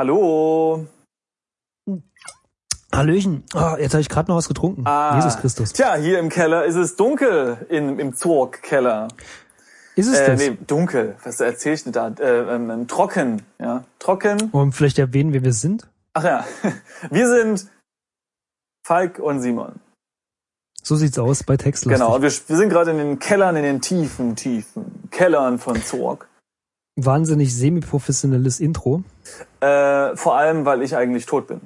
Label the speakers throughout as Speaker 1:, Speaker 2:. Speaker 1: Hallo.
Speaker 2: Hallöchen. Ah, jetzt habe ich gerade noch was getrunken.
Speaker 1: Ah,
Speaker 2: Jesus Christus.
Speaker 1: Tja, hier im Keller ist es dunkel, in, im Zorg-Keller.
Speaker 2: Ist es
Speaker 1: Äh,
Speaker 2: das?
Speaker 1: nee, dunkel. Was erzähl ich denn da? Äh, ähm, ähm, trocken, ja. Trocken.
Speaker 2: Und vielleicht erwähnen, wer wir sind.
Speaker 1: Ach ja. Wir sind Falk und Simon.
Speaker 2: So sieht's aus bei Textlastig.
Speaker 1: Genau. Und wir, wir sind gerade in den Kellern, in den tiefen, tiefen Kellern von Zorg.
Speaker 2: Wahnsinnig semi-professionelles Intro.
Speaker 1: Äh, vor allem, weil ich eigentlich tot bin.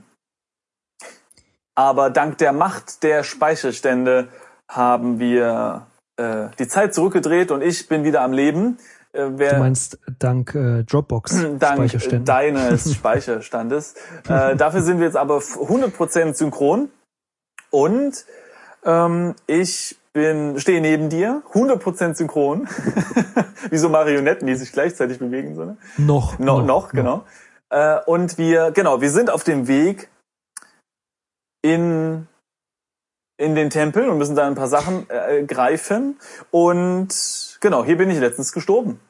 Speaker 1: Aber dank der Macht der Speicherstände haben wir äh, die Zeit zurückgedreht und ich bin wieder am Leben. Äh, wer,
Speaker 2: Du meinst dank äh, Dropbox
Speaker 1: dank
Speaker 2: Speicherständen.
Speaker 1: deines Speicherstandes. äh, dafür sind wir jetzt aber f- 100% synchron. Und ähm, ich bin stehe neben dir, 100% synchron. Wie so Marionetten, die sich gleichzeitig bewegen. So, ne?
Speaker 2: noch,
Speaker 1: No, noch, genau. Äh, und wir, genau, wir sind auf dem Weg in, in den Tempel und müssen da ein paar Sachen äh, greifen. Und genau, hier bin ich letztens gestorben.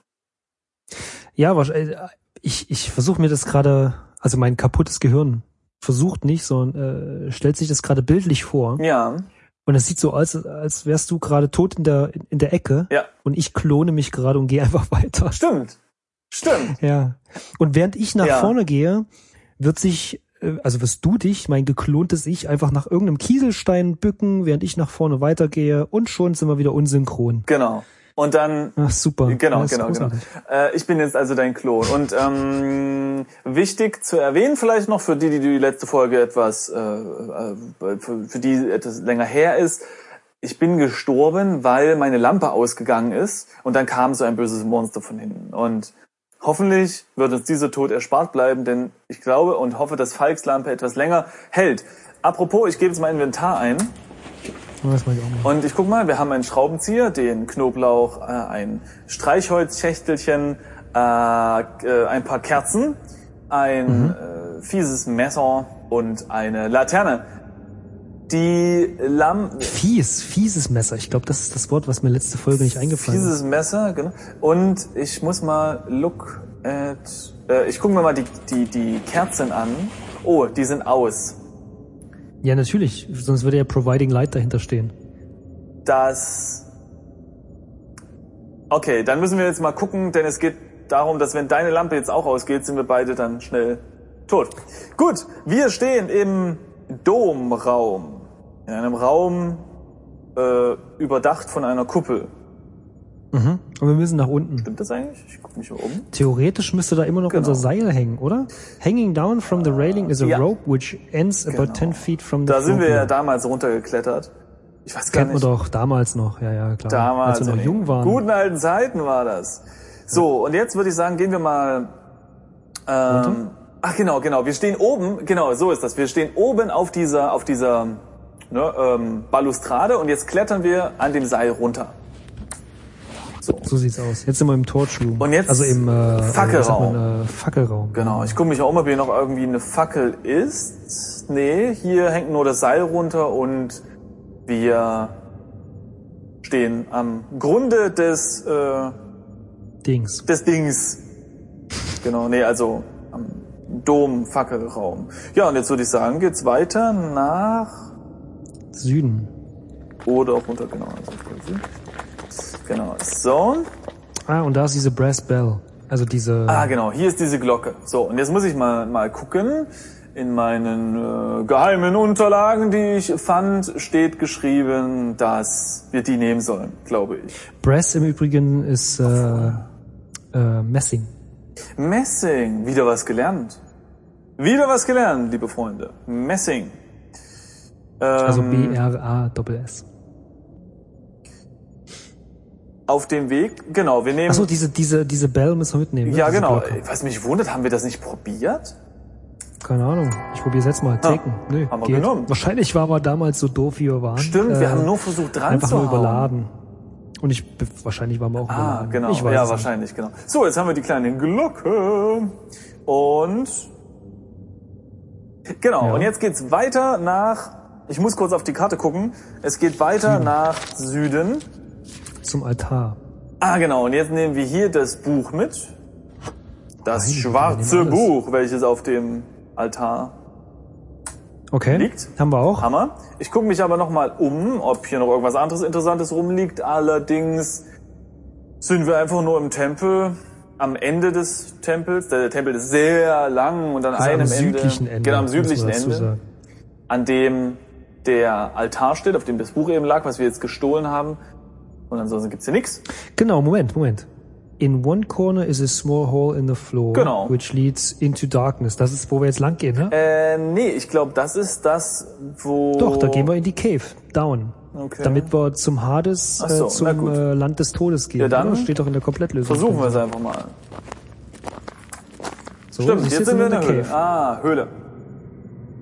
Speaker 2: Ja, wahrscheinlich. äh, Ich, ich versuche mir das gerade, also mein kaputtes Gehirn versucht nicht, sondern äh, stellt sich das gerade bildlich vor.
Speaker 1: Ja.
Speaker 2: Und es sieht so aus, als wärst du gerade tot in der, in der Ecke.
Speaker 1: Ja.
Speaker 2: Und ich klone mich gerade und gehe einfach weiter.
Speaker 1: Stimmt. Stimmt.
Speaker 2: Ja. Und während ich nach
Speaker 1: Ja.
Speaker 2: vorne gehe, wird sich, äh, also wirst du dich, mein geklontes Ich, einfach nach irgendeinem Kieselstein bücken, während ich nach vorne weitergehe und schon sind wir wieder unsynchron.
Speaker 1: Genau. Und dann,
Speaker 2: Ach, super.
Speaker 1: Genau,
Speaker 2: Ja, ist
Speaker 1: genau, genau.
Speaker 2: großartig.
Speaker 1: äh, ich bin jetzt also dein Klon. Und ähm, wichtig zu erwähnen vielleicht noch für die, die die letzte Folge etwas, äh, äh, für, für die etwas länger her ist, ich bin gestorben, weil meine Lampe ausgegangen ist und dann kam so ein böses Monster von hinten. Und hoffentlich wird uns dieser Tod erspart bleiben, denn ich glaube und hoffe, dass Falks Lampe etwas länger hält. Apropos, ich gebe jetzt mein Inventar ein.
Speaker 2: Ja, Das mache ich auch mal.
Speaker 1: Und ich guck mal, wir haben einen Schraubenzieher, den Knoblauch, äh, ein Streichholzschächtelchen, äh, äh, ein paar Kerzen,
Speaker 2: Mhm.
Speaker 1: ein äh, fieses Messer und eine Laterne. Die Lam
Speaker 2: Fies, fieses Messer. Ich glaube, das ist das Wort, was mir letzte Folge nicht eingefallen ist.
Speaker 1: fieses Messer, genau. Und ich muss mal look at, äh, ich guck mir mal die, die, die Kerzen an. Oh, die sind aus.
Speaker 2: Ja, natürlich. Sonst würde ja Providing Light dahinter stehen.
Speaker 1: dass. Okay, dann müssen wir jetzt mal gucken, denn es geht darum, dass wenn deine Lampe jetzt auch ausgeht, sind wir beide dann schnell tot. Gut, wir stehen im Domraum. In einem Raum äh, überdacht von einer Kuppel.
Speaker 2: Mhm. Und wir müssen nach unten.
Speaker 1: Stimmt das eigentlich? Ich guck mich mal um.
Speaker 2: Theoretisch müsste da immer noch
Speaker 1: Genau.
Speaker 2: unser Seil hängen, oder? Hanging down from the railing is a
Speaker 1: Ja.
Speaker 2: rope which ends
Speaker 1: Genau.
Speaker 2: about 10 feet from the
Speaker 1: Da sind wir
Speaker 2: floor.
Speaker 1: ja damals runtergeklettert. Ich weiß gar
Speaker 2: Kennt man
Speaker 1: nicht.
Speaker 2: doch damals noch, ja, ja, klar.
Speaker 1: Damals.
Speaker 2: Als wir noch
Speaker 1: in
Speaker 2: jung
Speaker 1: den
Speaker 2: waren.
Speaker 1: Guten alten Zeiten war das. So, und jetzt würde ich sagen, gehen wir mal. Ähm, ach genau, genau. Wir stehen oben, genau, so ist das. Wir stehen oben auf dieser, auf dieser ne, ähm, Balustrade und jetzt klettern wir an dem Seil runter. So.
Speaker 2: So sieht's aus. Jetzt sind wir im Torchroom.
Speaker 1: Und jetzt
Speaker 2: also im äh,
Speaker 1: Fackelraum.
Speaker 2: wie sagt Man, äh, Fackelraum.
Speaker 1: Genau, ich gucke mich auch, ob hier noch irgendwie eine Fackel ist. Nee, hier hängt nur das Seil runter und wir stehen am Grunde des äh,
Speaker 2: Dings.
Speaker 1: des Dings. Genau, nee, also am Dom-Fackelraum. Ja, und jetzt würde ich sagen, geht's weiter nach
Speaker 2: Süden.
Speaker 1: oder auch runter, genau. Also, genau, so.
Speaker 2: Ah, und da ist diese Brass Bell. Also diese.
Speaker 1: Ah, genau, hier ist diese Glocke. So, und jetzt muss ich mal, mal gucken. In meinen äh, geheimen Unterlagen, die ich fand, steht geschrieben, dass wir die nehmen sollen, glaube ich.
Speaker 2: Brass im Übrigen ist äh, äh, Messing.
Speaker 1: Messing, wieder was gelernt. Wieder was gelernt, liebe Freunde. Messing.
Speaker 2: Also
Speaker 1: Ähm,
Speaker 2: B-R-A-S-S.
Speaker 1: Auf dem Weg, genau, wir nehmen.
Speaker 2: Achso, diese, diese, diese Bell müssen wir mitnehmen. ne?
Speaker 1: ja,
Speaker 2: diese
Speaker 1: genau.
Speaker 2: Glocke.
Speaker 1: Was mich wundert, haben wir das nicht probiert?
Speaker 2: Keine Ahnung. Ich probiere jetzt mal. Taken. Nö,
Speaker 1: haben wir
Speaker 2: geht.
Speaker 1: genommen.
Speaker 2: Wahrscheinlich war man damals so doof, wie wir waren.
Speaker 1: Stimmt,
Speaker 2: Äh,
Speaker 1: wir haben nur versucht dran
Speaker 2: einfach
Speaker 1: zu
Speaker 2: nur
Speaker 1: hauen.
Speaker 2: überladen. Und ich be- wahrscheinlich waren wir auch
Speaker 1: Ah,
Speaker 2: überladen.
Speaker 1: genau.
Speaker 2: Ich weiß
Speaker 1: ja,
Speaker 2: es nicht.
Speaker 1: wahrscheinlich, genau. So, jetzt haben wir die kleine Glocke. Und. Genau,
Speaker 2: Ja.
Speaker 1: und jetzt geht's weiter nach. Ich muss kurz auf die Karte gucken. Es geht weiter nach Süden.
Speaker 2: Zum Altar.
Speaker 1: Ah, genau. Und jetzt nehmen wir hier das Buch mit. Das
Speaker 2: Meine Güte, wir
Speaker 1: schwarze
Speaker 2: nehmen alles.
Speaker 1: Buch, welches auf dem Altar
Speaker 2: Okay.
Speaker 1: Liegt?
Speaker 2: Haben wir auch.
Speaker 1: Hammer. Ich gucke mich aber nochmal um, ob hier noch irgendwas anderes Interessantes rumliegt. Allerdings sind wir einfach nur im Tempel, am Ende des Tempels. Der Tempel ist sehr lang und an
Speaker 2: Also
Speaker 1: einem
Speaker 2: am südlichen
Speaker 1: Ende,
Speaker 2: Ende.
Speaker 1: genau am
Speaker 2: muss man
Speaker 1: südlichen
Speaker 2: dazu
Speaker 1: Ende,
Speaker 2: sagen.
Speaker 1: an dem der Altar steht, auf dem das Buch eben lag, was wir jetzt gestohlen haben. Und ansonsten gibt's hier nichts.
Speaker 2: Genau, Moment, Moment. In one corner is a small hole in the floor,
Speaker 1: Genau.
Speaker 2: which leads into darkness. Das ist, wo wir jetzt lang gehen, ne?
Speaker 1: Äh, nee, ich glaube, das ist das, wo...
Speaker 2: Doch, da gehen wir in die Cave, down.
Speaker 1: Oh. Okay.
Speaker 2: Damit wir zum Hades,
Speaker 1: Ach so,
Speaker 2: äh,
Speaker 1: na
Speaker 2: zum
Speaker 1: gut.
Speaker 2: äh, Land des Todes gehen.
Speaker 1: Ja, dann
Speaker 2: oder? steht doch in der Komplettlösung.
Speaker 1: Versuchen
Speaker 2: drin.
Speaker 1: wir es einfach mal.
Speaker 2: So,
Speaker 1: Stimmt,
Speaker 2: das
Speaker 1: jetzt,
Speaker 2: ist
Speaker 1: sind wir in der
Speaker 2: Cave.
Speaker 1: Höhle. Ah, Höhle.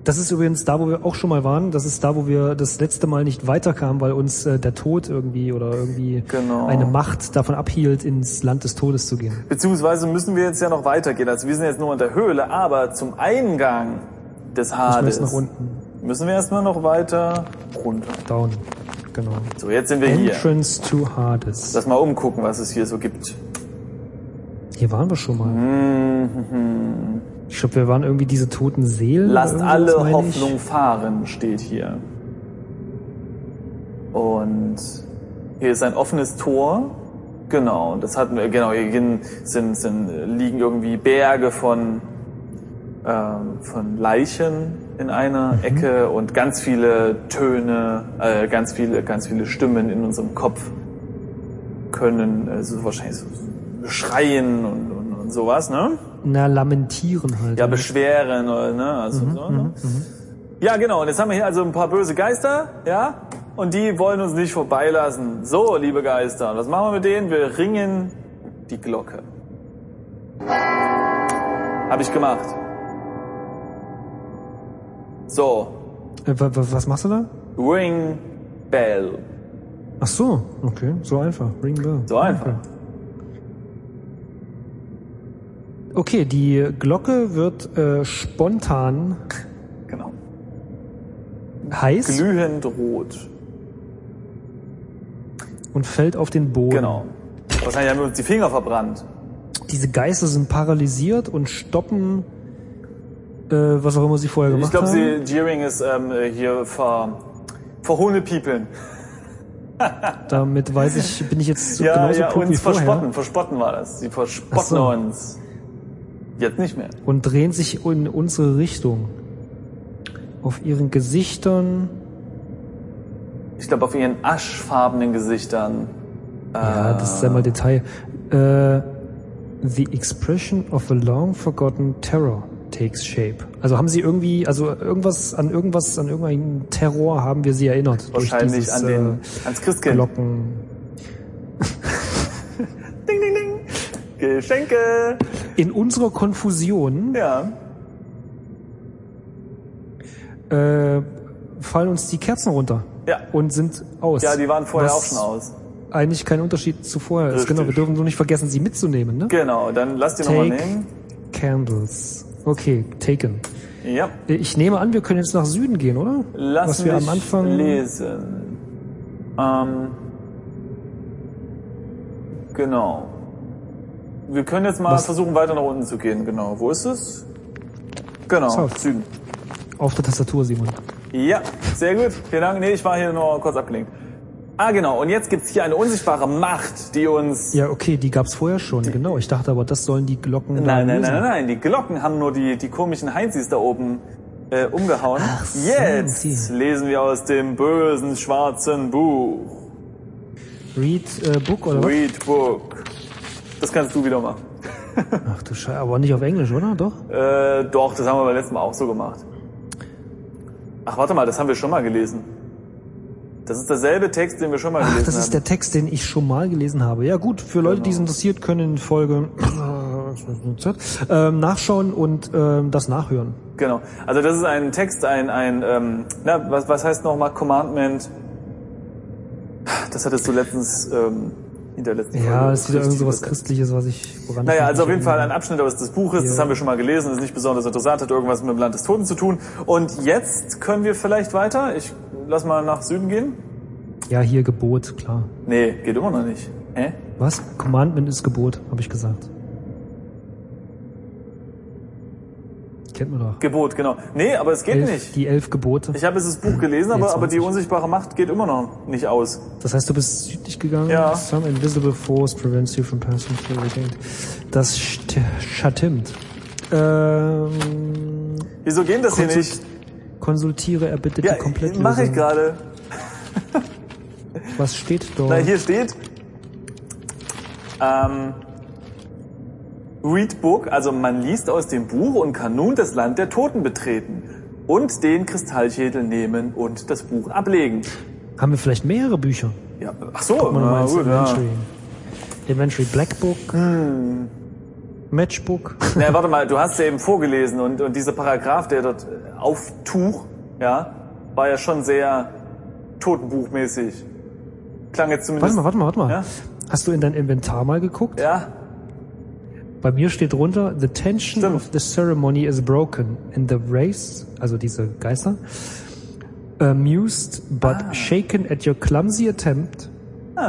Speaker 2: Das ist übrigens da, wo wir auch schon mal waren. Das ist da, wo wir das letzte Mal nicht weiterkamen, weil uns äh, der Tod irgendwie oder irgendwie
Speaker 1: Genau.
Speaker 2: eine Macht davon abhielt, ins Land des Todes zu gehen.
Speaker 1: Beziehungsweise müssen wir jetzt ja noch weitergehen. Also wir sind jetzt nur in der Höhle, aber zum Eingang des
Speaker 2: Müssen wir
Speaker 1: Hades
Speaker 2: jetzt nach unten,
Speaker 1: müssen wir erstmal noch weiter runter.
Speaker 2: down. Genau.
Speaker 1: So, jetzt sind wir hier.
Speaker 2: Entrance to Hades.
Speaker 1: Lass mal umgucken, was es hier so gibt.
Speaker 2: Hier waren wir schon mal. Ich glaube, wir waren irgendwie diese toten Seelen.
Speaker 1: Mhm. Lasst
Speaker 2: oder irgendwas,
Speaker 1: alle
Speaker 2: meine ich.
Speaker 1: Hoffnung fahren, steht hier. Und hier ist ein offenes Tor. Genau, und das hatten wir, genau, hier hin- sind, sind, liegen irgendwie Berge von, ähm, von Leichen in einer Ecke und ganz viele Töne, äh, ganz viele, ganz viele Stimmen in unserem Kopf können, also wahrscheinlich so schreien und, und, und sowas, ne?
Speaker 2: Na, lamentieren halt.
Speaker 1: Ja, beschweren oder ne? Also so, ne? Ja, genau. Und jetzt haben wir hier also ein paar böse Geister, ja? Und die wollen uns nicht vorbeilassen. So, liebe Geister, und was machen wir mit denen? Wir ringen die Glocke. Hab ich gemacht. So,
Speaker 2: Äh, wa- wa- was machst du da?
Speaker 1: ring bell.
Speaker 2: Ach so, okay, so einfach. Ring Bell.
Speaker 1: So einfach.
Speaker 2: Okay. Okay, die Glocke wird äh, spontan
Speaker 1: Genau.
Speaker 2: heiß
Speaker 1: Glühend rot.
Speaker 2: und fällt auf den Boden.
Speaker 1: Genau. Wahrscheinlich haben wir uns die Finger verbrannt.
Speaker 2: Diese Geister sind paralysiert und stoppen, äh, was auch immer sie vorher
Speaker 1: Ich
Speaker 2: gemacht
Speaker 1: glaube,
Speaker 2: haben.
Speaker 1: sie Jeering ist ähm, hier ver, verhohne Piepeln.
Speaker 2: Damit weiß ich, bin ich jetzt so
Speaker 1: Ja,
Speaker 2: genauso
Speaker 1: ja,
Speaker 2: klug wie
Speaker 1: uns
Speaker 2: vorher.
Speaker 1: verspotten, verspotten war das. Sie verspotten
Speaker 2: Ach so.
Speaker 1: uns. Jetzt nicht mehr.
Speaker 2: und drehen sich in unsere Richtung. Auf ihren Gesichtern.
Speaker 1: Ich glaube, auf ihren aschfarbenen Gesichtern. Ah.
Speaker 2: Ja, das ist einmal Detail. Äh, the expression of a long forgotten terror takes shape. Also haben sie irgendwie, also irgendwas an irgendwas, an irgendeinen Terror haben wir sie erinnert. durch
Speaker 1: Wahrscheinlich
Speaker 2: dieses,
Speaker 1: an den, ans
Speaker 2: äh,
Speaker 1: Christkind.
Speaker 2: Glocken.
Speaker 1: Ding, ding, ding. Geschenke.
Speaker 2: In unserer Konfusion
Speaker 1: Ja.
Speaker 2: äh, fallen uns die Kerzen runter
Speaker 1: Ja.
Speaker 2: und sind aus.
Speaker 1: Ja, die waren vorher
Speaker 2: Was
Speaker 1: auch schon aus.
Speaker 2: Eigentlich kein Unterschied zu vorher ist.
Speaker 1: Richtig.
Speaker 2: Genau, wir dürfen nur nicht vergessen, sie mitzunehmen, ne?
Speaker 1: Genau, dann lass die nochmal
Speaker 2: Take.
Speaker 1: nehmen.
Speaker 2: Candles. Okay, taken.
Speaker 1: Ja.
Speaker 2: Ich nehme an, wir können jetzt nach Süden gehen, oder?
Speaker 1: Lass
Speaker 2: Was wir
Speaker 1: mich
Speaker 2: am Anfang.
Speaker 1: lesen. Ähm, genau. Wir können jetzt mal
Speaker 2: Was-
Speaker 1: versuchen, weiter nach unten zu gehen. Genau. Wo ist es? Genau,
Speaker 2: South.
Speaker 1: Süden.
Speaker 2: Auf der Tastatur, Simon.
Speaker 1: Ja, sehr gut. Vielen Dank. Nee, ich war hier nur kurz abgelenkt. Ah, genau. Und jetzt gibt's hier eine unsichtbare Macht, die uns...
Speaker 2: Ja, okay, die gab's vorher schon, genau. Ich dachte aber, das sollen die Glocken. da
Speaker 1: Nein, nein,
Speaker 2: lösen.
Speaker 1: nein, nein, nein. Die Glocken haben nur die, die komischen Heinzis da oben äh, umgehauen.
Speaker 2: so,
Speaker 1: jetzt
Speaker 2: die.
Speaker 1: lesen wir aus dem bösen schwarzen Buch.
Speaker 2: Read äh, Book oder was?
Speaker 1: Read Book. Das kannst du wieder machen.
Speaker 2: Ach du Scheiße, aber nicht auf Englisch, oder? Doch?
Speaker 1: Äh, doch, das haben wir beim letzten Mal auch so gemacht. Ach, warte mal, das haben wir schon mal gelesen. Das ist derselbe Text, den wir schon mal
Speaker 2: Ach,
Speaker 1: gelesen
Speaker 2: das
Speaker 1: haben.
Speaker 2: ist der Text, den ich schon mal gelesen habe. Ja, gut, für Leute, die es
Speaker 1: Genau.
Speaker 2: interessiert, können in Folge ähm, nachschauen und ähm, das nachhören.
Speaker 1: Genau. Also das ist ein Text, ein, ein ähm, na, was, was heißt nochmal Commandment? Das hattest du letztens ähm, in der letzten
Speaker 2: Ja, es ist wieder irgend
Speaker 1: richtig
Speaker 2: sowas
Speaker 1: gesagt.
Speaker 2: Christliches, was ich woran ich
Speaker 1: Naja,
Speaker 2: mich
Speaker 1: also auf jeden
Speaker 2: nicht
Speaker 1: Fall
Speaker 2: erinnere.
Speaker 1: ein Abschnitt aus des Buches, das
Speaker 2: Ja.
Speaker 1: haben wir schon mal gelesen, ist nicht besonders interessant, hat irgendwas mit dem Land des Toten zu tun. Und jetzt können wir vielleicht weiter. Ich lass mal nach Süden gehen.
Speaker 2: Ja, hier Gebot, klar.
Speaker 1: Nee, geht immer noch nicht. Hä?
Speaker 2: Was? Commandment ist Gebot, habe ich gesagt. Kennt man doch.
Speaker 1: Gebot, genau. Nee, aber es geht
Speaker 2: elf,
Speaker 1: nicht.
Speaker 2: Die elf Gebote.
Speaker 1: Ich habe jetzt das Buch gelesen,
Speaker 2: Nee,
Speaker 1: aber, aber die
Speaker 2: 20.
Speaker 1: unsichtbare Macht geht immer noch nicht aus.
Speaker 2: Das heißt, du bist südlich gegangen.
Speaker 1: Ja.
Speaker 2: Some invisible force prevents you from passing through the gate. Das st- stimmt. Ähm,
Speaker 1: Wieso geht das hier
Speaker 2: konsult-
Speaker 1: nicht?
Speaker 2: Konsultiere er bitte
Speaker 1: Ja,
Speaker 2: die komplette
Speaker 1: mache ich
Speaker 2: Lösung.
Speaker 1: gerade.
Speaker 2: Was steht dort?
Speaker 1: Na, hier steht ähm, Read Book, also man liest aus dem Buch und kann nun das Land der Toten betreten und den Kristallschädel nehmen und das Buch ablegen.
Speaker 2: Haben wir vielleicht mehrere Bücher?
Speaker 1: Ja, ach so,
Speaker 2: Guck mal nochmal
Speaker 1: na,
Speaker 2: ins
Speaker 1: gut, ja.
Speaker 2: Inventory. Inventory Black Book.
Speaker 1: Hm.
Speaker 2: Matchbook.
Speaker 1: Na, warte mal, du hast ja eben vorgelesen und, und dieser Paragraph, der dort äh, auftuch, ja, war ja schon sehr totenbuchmäßig. Klang jetzt
Speaker 2: Warte
Speaker 1: zumindest.
Speaker 2: mal, warte mal, warte mal.
Speaker 1: Ja?
Speaker 2: Hast du in dein Inventar mal geguckt?
Speaker 1: Ja,
Speaker 2: Bei mir steht drunter, the tension
Speaker 1: Stimmt.
Speaker 2: of the ceremony is broken and the race, also diese Geister, amused but
Speaker 1: Ah.
Speaker 2: shaken at your clumsy attempt,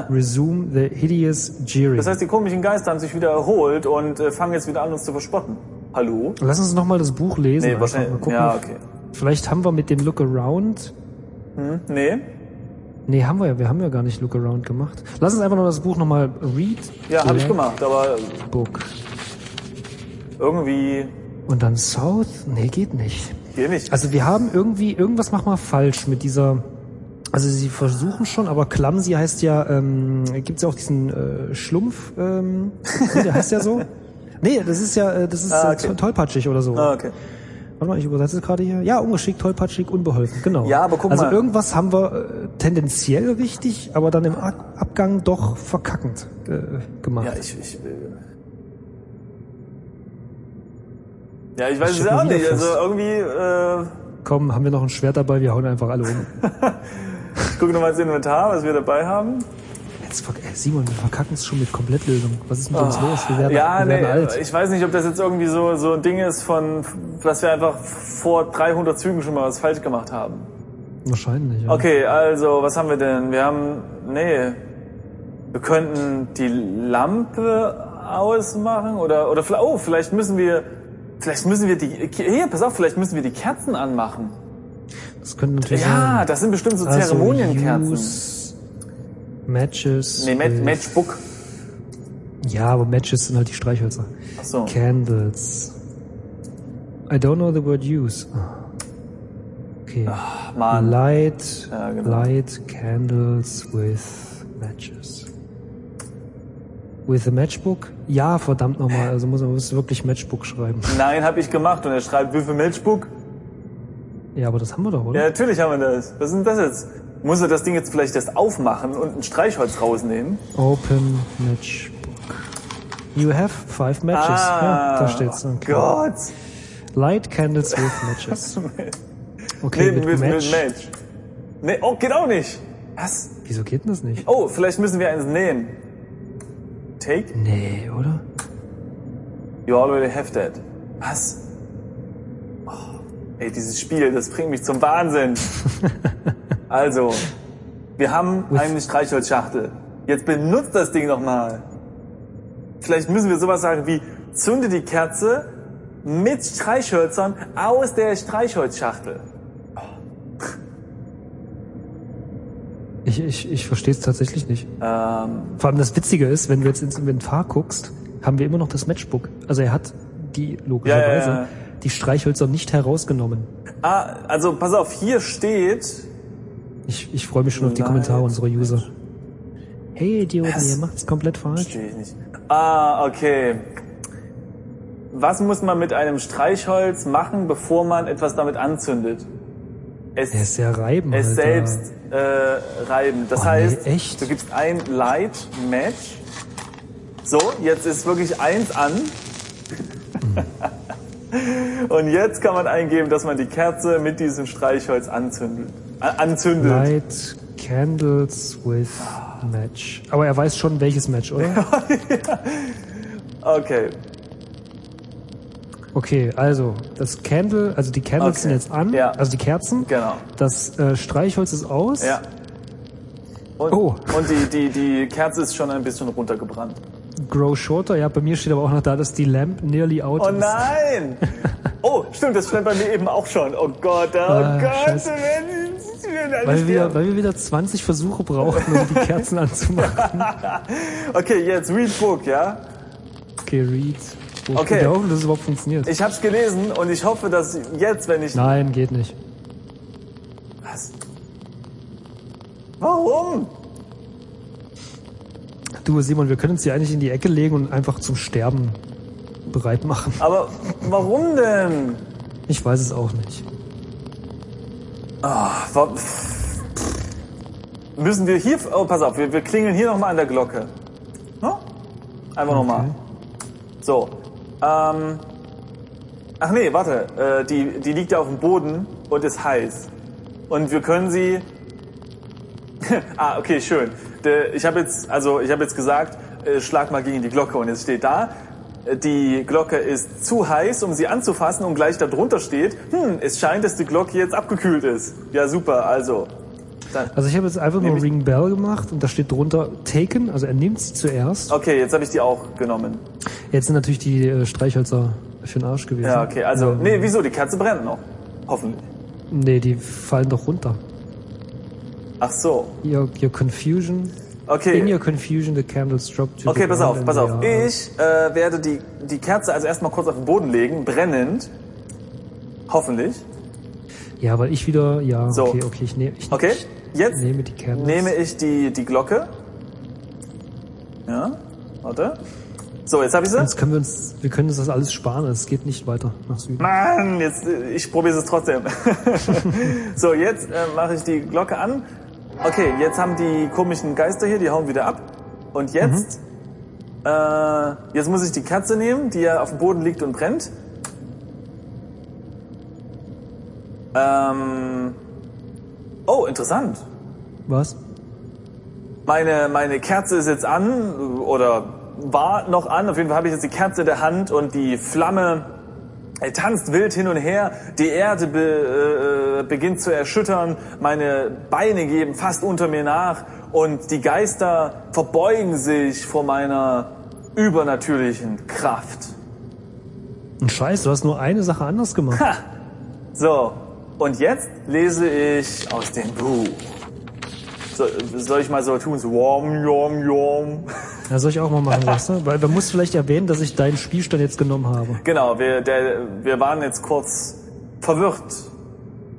Speaker 2: resume the hideous jeering.
Speaker 1: das heißt, die komischen Geister haben sich wieder erholt und äh, fangen jetzt wieder an, uns zu verspotten. Hallo?
Speaker 2: Lass uns nochmal das Buch lesen.
Speaker 1: Nee,
Speaker 2: einfach mal
Speaker 1: wahrscheinlich.
Speaker 2: gucken.
Speaker 1: Ja, okay.
Speaker 2: Vielleicht haben wir mit dem Look Around.
Speaker 1: Nee.
Speaker 2: Nee, haben wir ja, wir haben ja gar nicht Look Around gemacht. Lass uns einfach noch das Buch nochmal read.
Speaker 1: Ja, habe ich
Speaker 2: Black
Speaker 1: gemacht, aber
Speaker 2: Book.
Speaker 1: irgendwie
Speaker 2: Und dann South? Nee, geht nicht.
Speaker 1: geht nicht.
Speaker 2: Also wir haben irgendwie, irgendwas machen wir falsch mit dieser. Also sie versuchen schon, aber clumsy heißt ja, ähm, gibt's ja auch diesen äh, Schlumpf, ähm, nee, der heißt ja so. Nee, das ist ja, äh, das ist
Speaker 1: Ah,
Speaker 2: ah,
Speaker 1: okay.
Speaker 2: tollpatschig oder so.
Speaker 1: Ah, okay.
Speaker 2: Warte mal, ich übersetze es gerade hier. Ja, ungeschickt, tollpatschig, unbeholfen, genau.
Speaker 1: Ja, aber guck
Speaker 2: also
Speaker 1: mal.
Speaker 2: Also irgendwas haben wir äh, tendenziell richtig, aber dann im Ab- Abgang doch verkackend äh, gemacht.
Speaker 1: Ja, ich, ich äh, Ja, ich weiß
Speaker 2: Ich
Speaker 1: es
Speaker 2: steck
Speaker 1: auch
Speaker 2: mir
Speaker 1: nicht.
Speaker 2: wieder
Speaker 1: Also
Speaker 2: fest.
Speaker 1: irgendwie, äh,
Speaker 2: Komm, haben wir noch ein Schwert dabei, wir hauen einfach alle um.
Speaker 1: ich gucke nochmal ins Inventar, was wir dabei haben.
Speaker 2: Jetzt, verk- ey, äh, Simon, wir verkacken es schon mit Komplettlösung. Was ist mit uns los? Wir werden,
Speaker 1: Ah. Ja,
Speaker 2: wir werden
Speaker 1: nee,
Speaker 2: alt.
Speaker 1: ich weiß nicht, ob das jetzt irgendwie so, so ein Ding ist von, dass wir einfach vor 300 Zügen schon mal was falsch gemacht haben.
Speaker 2: Wahrscheinlich. Ja.
Speaker 1: Okay, also, was haben wir denn? Wir haben, nee, wir könnten die Lampe ausmachen oder, oder, vielleicht- oh, vielleicht müssen wir, vielleicht müssen wir die, hier, pass auf, vielleicht müssen wir die Kerzen anmachen.
Speaker 2: Das könnte natürlich
Speaker 1: Ja,
Speaker 2: sein.
Speaker 1: das sind bestimmt so
Speaker 2: Also,
Speaker 1: Zeremonienkerzen.
Speaker 2: Use, Matches.
Speaker 1: Nee, Ma
Speaker 2: with-
Speaker 1: Matchbook.
Speaker 2: Ja, aber Matches sind halt die Streichhölzer.
Speaker 1: Ach so.
Speaker 2: Candles. I don't know the word use. Ah. Okay.
Speaker 1: Mann.
Speaker 2: Light,
Speaker 1: Ah. Ja, genau.
Speaker 2: light candles with matches. With a matchbook? Ja, verdammt nochmal. Also muss man muss wirklich Matchbook schreiben.
Speaker 1: Nein, habe ich gemacht und er schreibt, wie viel Matchbook?
Speaker 2: Ja, aber das haben wir doch, oder?
Speaker 1: Ja, natürlich haben wir das. Was ist denn das jetzt? Muss er das Ding jetzt vielleicht erst aufmachen und ein Streichholz rausnehmen?
Speaker 2: Open Matchbook. You have five matches. ja, da steht's. Okay.
Speaker 1: Ah. Gott.
Speaker 2: Light candles with matches. Okay,
Speaker 1: Nee,
Speaker 2: mit,
Speaker 1: mit, mit
Speaker 2: Match.
Speaker 1: Match. Nee, oh, geht auch nicht. Was?
Speaker 2: Wieso geht denn das nicht?
Speaker 1: Oh, vielleicht müssen wir eins nehmen. Take?
Speaker 2: Nee, oder?
Speaker 1: You already have that. Was? Oh, ey, dieses Spiel, das bringt mich zum Wahnsinn. also, wir haben eine Streichholzschachtel. Jetzt benutzt das Ding nochmal. Vielleicht müssen wir sowas sagen wie, zünde die Kerze mit Streichhölzern aus der Streichholzschachtel.
Speaker 2: Ich, ich, ich verstehe es tatsächlich nicht.
Speaker 1: Ähm,
Speaker 2: Vor allem das Witzige ist, wenn du jetzt ins Inventar guckst, haben wir immer noch das Matchbook. Also er hat die, logischerweise,
Speaker 1: Ja, ja, ja.
Speaker 2: die Streichhölzer nicht herausgenommen.
Speaker 1: ah, also, pass auf, hier steht,
Speaker 2: Ich, ich freue mich schon auf die
Speaker 1: Light
Speaker 2: Kommentare unserer User. Hey Idioten,
Speaker 1: Was?
Speaker 2: ihr macht's komplett falsch.
Speaker 1: Verstehe ich nicht. Ah, okay. Was muss man mit einem Streichholz machen, bevor man etwas damit anzündet? Es,
Speaker 2: Er ist ja reiben.
Speaker 1: es
Speaker 2: Alter.
Speaker 1: selbst äh, reiben. Das
Speaker 2: Oh, nee,
Speaker 1: heißt,
Speaker 2: echt?
Speaker 1: du gibst ein Light Match. So, jetzt ist wirklich eins an.
Speaker 2: Hm.
Speaker 1: Und jetzt kann man eingeben, dass man die Kerze mit diesem Streichholz anzündet. Äh, anzündet.
Speaker 2: Light Candles with
Speaker 1: Ah.
Speaker 2: Match. Aber er weiß schon, welches Match, oder?
Speaker 1: Okay.
Speaker 2: Okay, also das Candle, also die Candles
Speaker 1: Okay.
Speaker 2: sind jetzt an,
Speaker 1: Ja.
Speaker 2: also die Kerzen.
Speaker 1: Genau.
Speaker 2: Das äh, Streichholz ist aus.
Speaker 1: Ja. Und,
Speaker 2: Oh.
Speaker 1: und die, die, die Kerze ist schon ein bisschen runtergebrannt.
Speaker 2: Grow shorter. Ja, bei mir steht aber auch noch da, dass die Lamp nearly out
Speaker 1: Oh
Speaker 2: ist.
Speaker 1: nein! Oh, stimmt, das stand bei mir eben auch schon. Oh Gott, oh
Speaker 2: Ah,
Speaker 1: Gott,
Speaker 2: scheiße.
Speaker 1: wir werden, wir werden alle
Speaker 2: Weil wir,
Speaker 1: sterben.
Speaker 2: weil wir wieder 20 Versuche brauchen, um die Kerzen anzumachen.
Speaker 1: Okay, jetzt Read Book, ja?
Speaker 2: Okay, Reed. Oh,
Speaker 1: Okay.
Speaker 2: Wir hoffen, dass es überhaupt funktioniert.
Speaker 1: Ich hab's gelesen und ich hoffe, dass jetzt, wenn ich...
Speaker 2: Nein, geht nicht.
Speaker 1: Was? Warum?
Speaker 2: Du, Simon, wir können uns hier eigentlich in die Ecke legen und einfach zum Sterben bereit machen.
Speaker 1: Aber warum denn?
Speaker 2: Ich weiß es auch nicht.
Speaker 1: Wa- pff. Müssen wir hier... Oh, pass auf, wir, wir klingeln hier nochmal an der Glocke. Ne? Einfach nochmal. So. Ähm, ach nee, warte. Äh, die, die liegt ja auf dem Boden und ist heiß. Und wir können sie... ah, okay, schön. De, ich habe jetzt, also ich habe jetzt gesagt, äh, schlag mal gegen die Glocke. Und jetzt steht da, äh, die Glocke ist zu heiß, um sie anzufassen. Und gleich darunter steht, hm, es scheint, dass die Glocke jetzt abgekühlt ist. Ja, super, also. Dann,
Speaker 2: Also ich habe jetzt einfach nur
Speaker 1: Nämlich-
Speaker 2: Ring Bell gemacht und da steht drunter Taken, also er nimmt sie zuerst.
Speaker 1: okay, jetzt habe ich die auch genommen.
Speaker 2: Jetzt sind natürlich die äh, Streichhölzer für den Arsch gewesen.
Speaker 1: Ja, okay, also,
Speaker 2: Ähm,
Speaker 1: nee, wieso? Die Kerze brennt noch. Hoffentlich.
Speaker 2: Nee, die fallen doch runter.
Speaker 1: Ach so.
Speaker 2: Your, your confusion.
Speaker 1: Okay.
Speaker 2: In your confusion the candles drop to
Speaker 1: Okay,
Speaker 2: the
Speaker 1: pass
Speaker 2: ground
Speaker 1: auf,
Speaker 2: and
Speaker 1: pass
Speaker 2: they
Speaker 1: auf.
Speaker 2: are-
Speaker 1: Ich äh, werde die, die Kerze also erstmal kurz auf den Boden legen, brennend. Hoffentlich.
Speaker 2: Ja, weil ich wieder. Ja,
Speaker 1: So.
Speaker 2: okay, okay, ich nehme ich,
Speaker 1: Okay, jetzt
Speaker 2: ich nehme die Candles.
Speaker 1: nehme ich die, die Glocke. Ja, warte. So, jetzt habe ich sie.
Speaker 2: Sonst können wir uns. Wir können uns das alles sparen, es geht nicht weiter nach Süden.
Speaker 1: Mann, jetzt, äh, ich probiere es trotzdem. so, jetzt äh, mache ich die Glocke an. Okay, jetzt haben die komischen Geister hier, die hauen wieder ab. Und jetzt, äh, jetzt muss ich die Kerze nehmen, die ja auf dem Boden liegt und brennt. Ähm, oh, interessant.
Speaker 2: Was?
Speaker 1: Meine, meine Kerze ist jetzt an oder war noch an. Auf jeden Fall habe ich jetzt die Kerze in der Hand und die Flamme äh, tanzt wild hin und her. Die Erde be, äh, beginnt zu erschüttern. Meine Beine geben fast unter mir nach und die Geister verbeugen sich vor meiner übernatürlichen Kraft.
Speaker 2: Ein Scheiß, du hast nur eine Sache anders gemacht.
Speaker 1: Ha! So, und jetzt lese ich aus dem Buch. So, soll ich mal so tun? So, warm, warm, warm.
Speaker 2: Ja, soll ich auch mal machen, weißt du? Weil man muss vielleicht erwähnen, dass ich deinen Spielstand jetzt genommen habe.
Speaker 1: Genau, wir, der, wir waren jetzt kurz verwirrt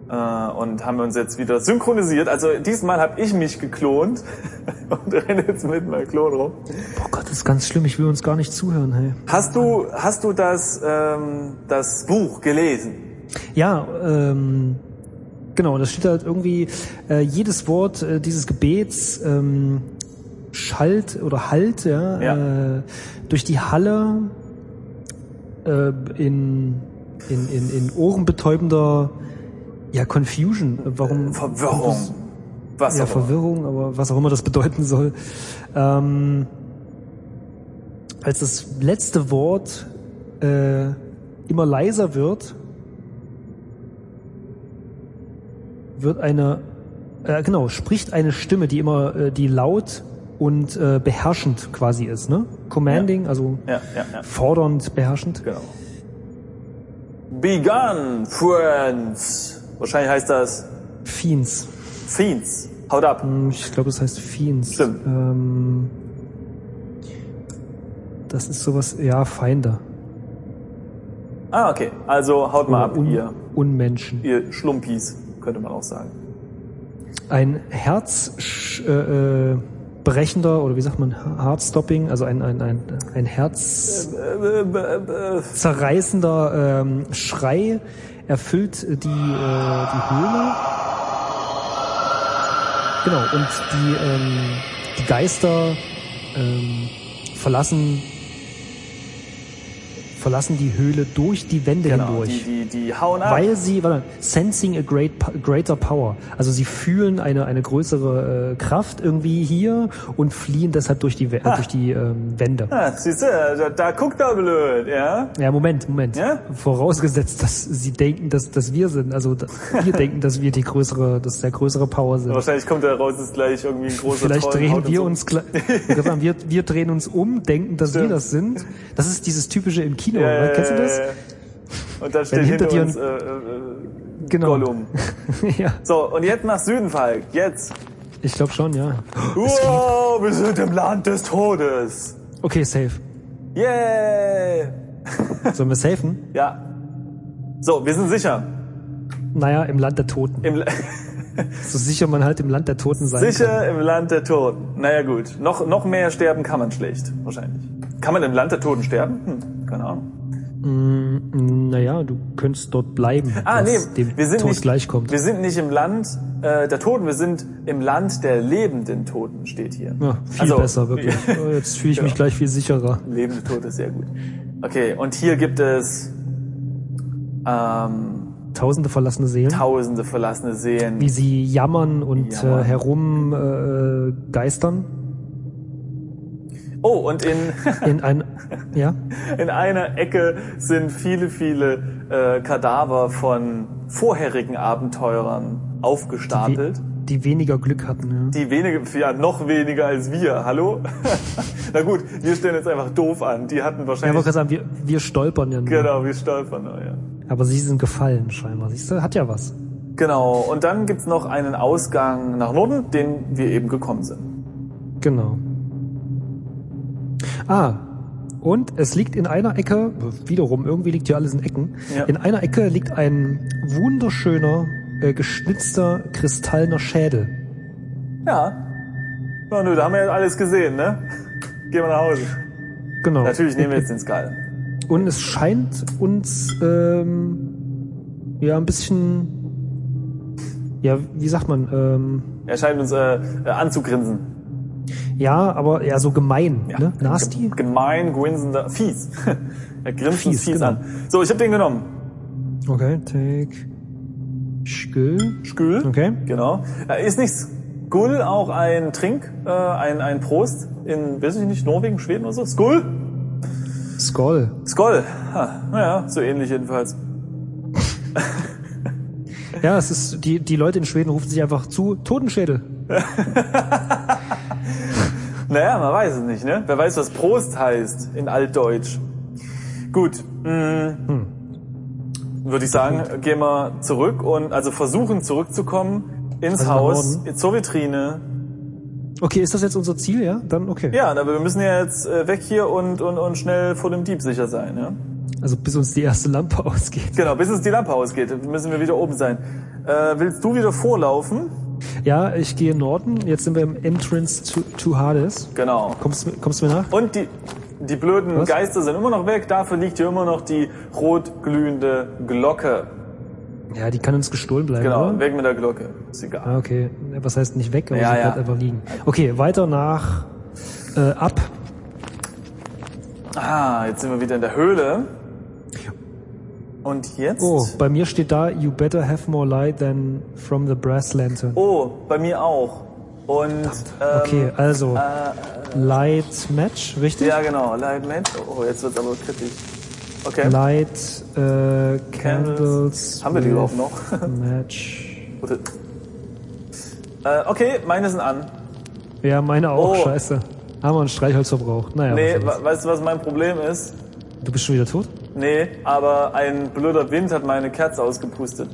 Speaker 1: äh, und haben uns jetzt wieder synchronisiert. Also diesmal habe ich mich geklont und renne jetzt mit meinem Klon rum.
Speaker 2: Oh Gott, das ist ganz schlimm, ich will uns gar nicht zuhören, hey.
Speaker 1: Hast du, hast du das, ähm, das Buch gelesen?
Speaker 2: Ja, ähm, genau, das steht halt irgendwie, äh, jedes Wort äh, dieses Gebets ähm, schallt oder halt, ja,
Speaker 1: Ja.
Speaker 2: Äh, durch die Halle äh, in, in, in, in ohrenbetäubender ja, Confusion. Äh, Warum?
Speaker 1: Verwirrung. Was
Speaker 2: Ja,
Speaker 1: auch immer.
Speaker 2: Verwirrung, aber was auch immer das bedeuten soll. Ähm, als das letzte Wort äh, immer leiser wird, wird eine, äh, genau, spricht eine Stimme, die immer, äh, die laut und äh, beherrschend quasi ist, ne? Commanding, also
Speaker 1: Ja, ja, ja.
Speaker 2: fordernd, beherrschend.
Speaker 1: Genau. Begun, Friends. Wahrscheinlich heißt das
Speaker 2: Fiends.
Speaker 1: Fiends. Haut ab.
Speaker 2: Hm, Ich glaube, es heißt Fiends.
Speaker 1: Stimmt.
Speaker 2: Ähm, das ist sowas, ja, Feinde.
Speaker 1: Ah, okay. Also haut mal ab,
Speaker 2: Un
Speaker 1: ihr,
Speaker 2: Unmenschen.
Speaker 1: ihr Schlumpis, könnte man auch sagen.
Speaker 2: Ein herzbrechender, äh, brechender, oder wie sagt man, Heartstopping, also ein, ein, ein, ein herzzerreißender
Speaker 1: Äh, äh, äh,
Speaker 2: ähm, Schrei erfüllt die, äh, die Höhle. Genau, und die, ähm, die Geister ähm, verlassen, verlassen die Höhle durch die Wände
Speaker 1: Genau,
Speaker 2: hindurch.
Speaker 1: die, die, die hauen ab.
Speaker 2: Weil sie, warte, sensing a great, po- greater power. Also sie fühlen eine, eine größere äh, Kraft irgendwie hier und fliehen deshalb durch die, We- durch die ähm, Wände.
Speaker 1: ah, siehst du, da, da guckt er blöd, ja?
Speaker 2: Ja, Moment, Moment.
Speaker 1: Ja?
Speaker 2: Vorausgesetzt, dass sie denken, dass, dass wir sind. Also dass wir denken, dass wir die größere, dass der größere Power sind.
Speaker 1: Wahrscheinlich kommt da raus, ist gleich irgendwie ein großer
Speaker 2: Vielleicht
Speaker 1: Troll, haut
Speaker 2: drehen wir
Speaker 1: um.
Speaker 2: uns gleich- Ich würd sagen, wir, wir drehen uns um, denken, dass wir
Speaker 1: Stimmt.
Speaker 2: das sind. Das ist dieses typische im Kino,
Speaker 1: Ja,
Speaker 2: ne? kennst du
Speaker 1: ja,
Speaker 2: das?
Speaker 1: ja, ja. Äh, Und dann steht hinter, hinter uns äh, äh,
Speaker 2: genau.
Speaker 1: Gollum.
Speaker 2: ja.
Speaker 1: So, und jetzt nach Süden, Falk. Jetzt.
Speaker 2: Ich glaube schon, ja.
Speaker 1: Wow, wir sind im Land des Todes.
Speaker 2: Okay, safe.
Speaker 1: Yeah.
Speaker 2: Sollen wir safen?
Speaker 1: Ja. So, wir sind sicher.
Speaker 2: Naja, im Land der Toten.
Speaker 1: Im La
Speaker 2: So sicher man halt im Land der Toten sein
Speaker 1: sicher im Land der Toten. Naja gut, noch, noch mehr sterben kann man schlecht, wahrscheinlich. Kann man im Land der Toten sterben? Hm, keine Ahnung.
Speaker 2: kann. Mm, Naja, du könntest dort bleiben,
Speaker 1: Ah, nee,
Speaker 2: was dem
Speaker 1: wir sind,
Speaker 2: Tod
Speaker 1: nicht,
Speaker 2: gleichkommt.
Speaker 1: wir sind nicht im Land äh, der Toten, wir sind im Land der lebenden Toten, steht hier.
Speaker 2: Ja, viel
Speaker 1: Also,
Speaker 2: besser, wirklich. Oh, jetzt fühle ich mich gleich viel sicherer.
Speaker 1: Lebende Tote ist sehr gut. Okay, und hier gibt es ähm,
Speaker 2: Tausende verlassene Seelen.
Speaker 1: tausende verlassene Seelen.
Speaker 2: wie sie jammern und
Speaker 1: Jammern.
Speaker 2: Äh, herum äh, äh, geistern
Speaker 1: Oh, und in,
Speaker 2: in ein ja
Speaker 1: in einer Ecke sind viele, viele äh, Kadaver von vorherigen Abenteurern
Speaker 2: die,
Speaker 1: aufgestapelt.
Speaker 2: die weniger Glück hatten ja.
Speaker 1: Die wenige, ja, noch weniger als wir. Hallo? Na gut, wir stellen jetzt einfach doof an. Die hatten
Speaker 2: ja, aber
Speaker 1: wahrscheinlich.
Speaker 2: ich sagen, wir, wir stolpern ja nur.
Speaker 1: genau, wir stolpern, oh ja.
Speaker 2: Aber sie sind gefallen scheinbar. Siehst du, hat ja was.
Speaker 1: Genau, und dann gibt's noch einen Ausgang nach Norden, den wir eben gekommen sind.
Speaker 2: Genau. Ah, und es liegt in einer Ecke, wiederum, irgendwie liegt hier alles in Ecken,
Speaker 1: Ja.
Speaker 2: in einer Ecke liegt ein wunderschöner, äh, geschnitzter, kristallener Schädel.
Speaker 1: Ja. Na nö, da haben wir ja alles gesehen, ne? Gehen wir nach Hause.
Speaker 2: Genau.
Speaker 1: Natürlich nehmen wir jetzt den Skal.
Speaker 2: Und es scheint uns ähm, ja ein bisschen, ja, wie sagt man, ähm,
Speaker 1: Er scheint uns äh, äh, anzugrinsen.
Speaker 2: ja, aber eher so gemein, ne? Nasty.
Speaker 1: Gemein, grinsender, fies. er grinst uns
Speaker 2: Fies,
Speaker 1: fies
Speaker 2: genau.
Speaker 1: an. So, ich habe den genommen.
Speaker 2: Okay, take. Skill.
Speaker 1: Skül.
Speaker 2: Okay.
Speaker 1: Genau. Äh, Ist nicht Skull auch ein Trink, äh, ein, ein Prost in, weiß ich nicht, Norwegen, Schweden oder so? Skull?
Speaker 2: Skull.
Speaker 1: Skoll. Ha, naja, so ähnlich jedenfalls.
Speaker 2: Ja, es ist, die, die Leute in Schweden rufen sich einfach zu Totenschädel.
Speaker 1: Naja, man weiß es nicht, ne? Wer weiß, was Prost heißt in Altdeutsch. Gut. Mh,
Speaker 2: Hm.
Speaker 1: Würde ich sagen, gehen wir zurück und also versuchen zurückzukommen ins
Speaker 2: Also nach
Speaker 1: Haus,
Speaker 2: Norden.
Speaker 1: zur Vitrine.
Speaker 2: Okay, ist das jetzt unser Ziel, ja? Dann okay.
Speaker 1: Ja, aber wir müssen ja jetzt äh, weg hier und, und, und schnell vor dem Dieb sicher sein, ja?
Speaker 2: Also bis uns die erste Lampe ausgeht.
Speaker 1: Genau, bis es die Lampe ausgeht, müssen wir wieder oben sein. Äh, willst du wieder vorlaufen?
Speaker 2: Ja, ich gehe Norden. Jetzt sind wir im Entrance to, to Hades.
Speaker 1: Genau.
Speaker 2: Kommst, du- kommst du mir nach?
Speaker 1: Und die, die blöden
Speaker 2: Was?
Speaker 1: Geister sind immer noch weg, dafür liegt hier immer noch die rot glühende Glocke.
Speaker 2: Ja, die kann uns gestohlen bleiben.
Speaker 1: Genau,
Speaker 2: Oder?
Speaker 1: weg mit der Glocke. Ist egal.
Speaker 2: Ah, okay. Was heißt nicht weg, aber
Speaker 1: Ja,
Speaker 2: sie
Speaker 1: ja.
Speaker 2: bleibt einfach liegen. Okay, weiter nach äh, ab.
Speaker 1: Ah, jetzt sind wir wieder in der Höhle. Und jetzt?
Speaker 2: Oh, bei mir steht da, you better have more light than from the brass lantern.
Speaker 1: Oh, bei mir auch. Und, ähm, äh,
Speaker 2: Okay, also Light Match, richtig?
Speaker 1: Ja, genau. Light Match. Oh, jetzt wird's aber kritisch. Okay.
Speaker 2: Light äh, Candles.
Speaker 1: Haben wir die
Speaker 2: with
Speaker 1: überhaupt noch?
Speaker 2: Match.
Speaker 1: Warte. Äh, okay, meine sind an.
Speaker 2: Ja, meine auch,
Speaker 1: Oh.
Speaker 2: scheiße. Haben wir einen Streichholzverbrauch? Naja,
Speaker 1: Nee, we-
Speaker 2: was soll's.
Speaker 1: weißt du, was mein Problem ist?
Speaker 2: du bist schon wieder tot?
Speaker 1: Nee, aber ein blöder Wind hat meine Kerze ausgepustet.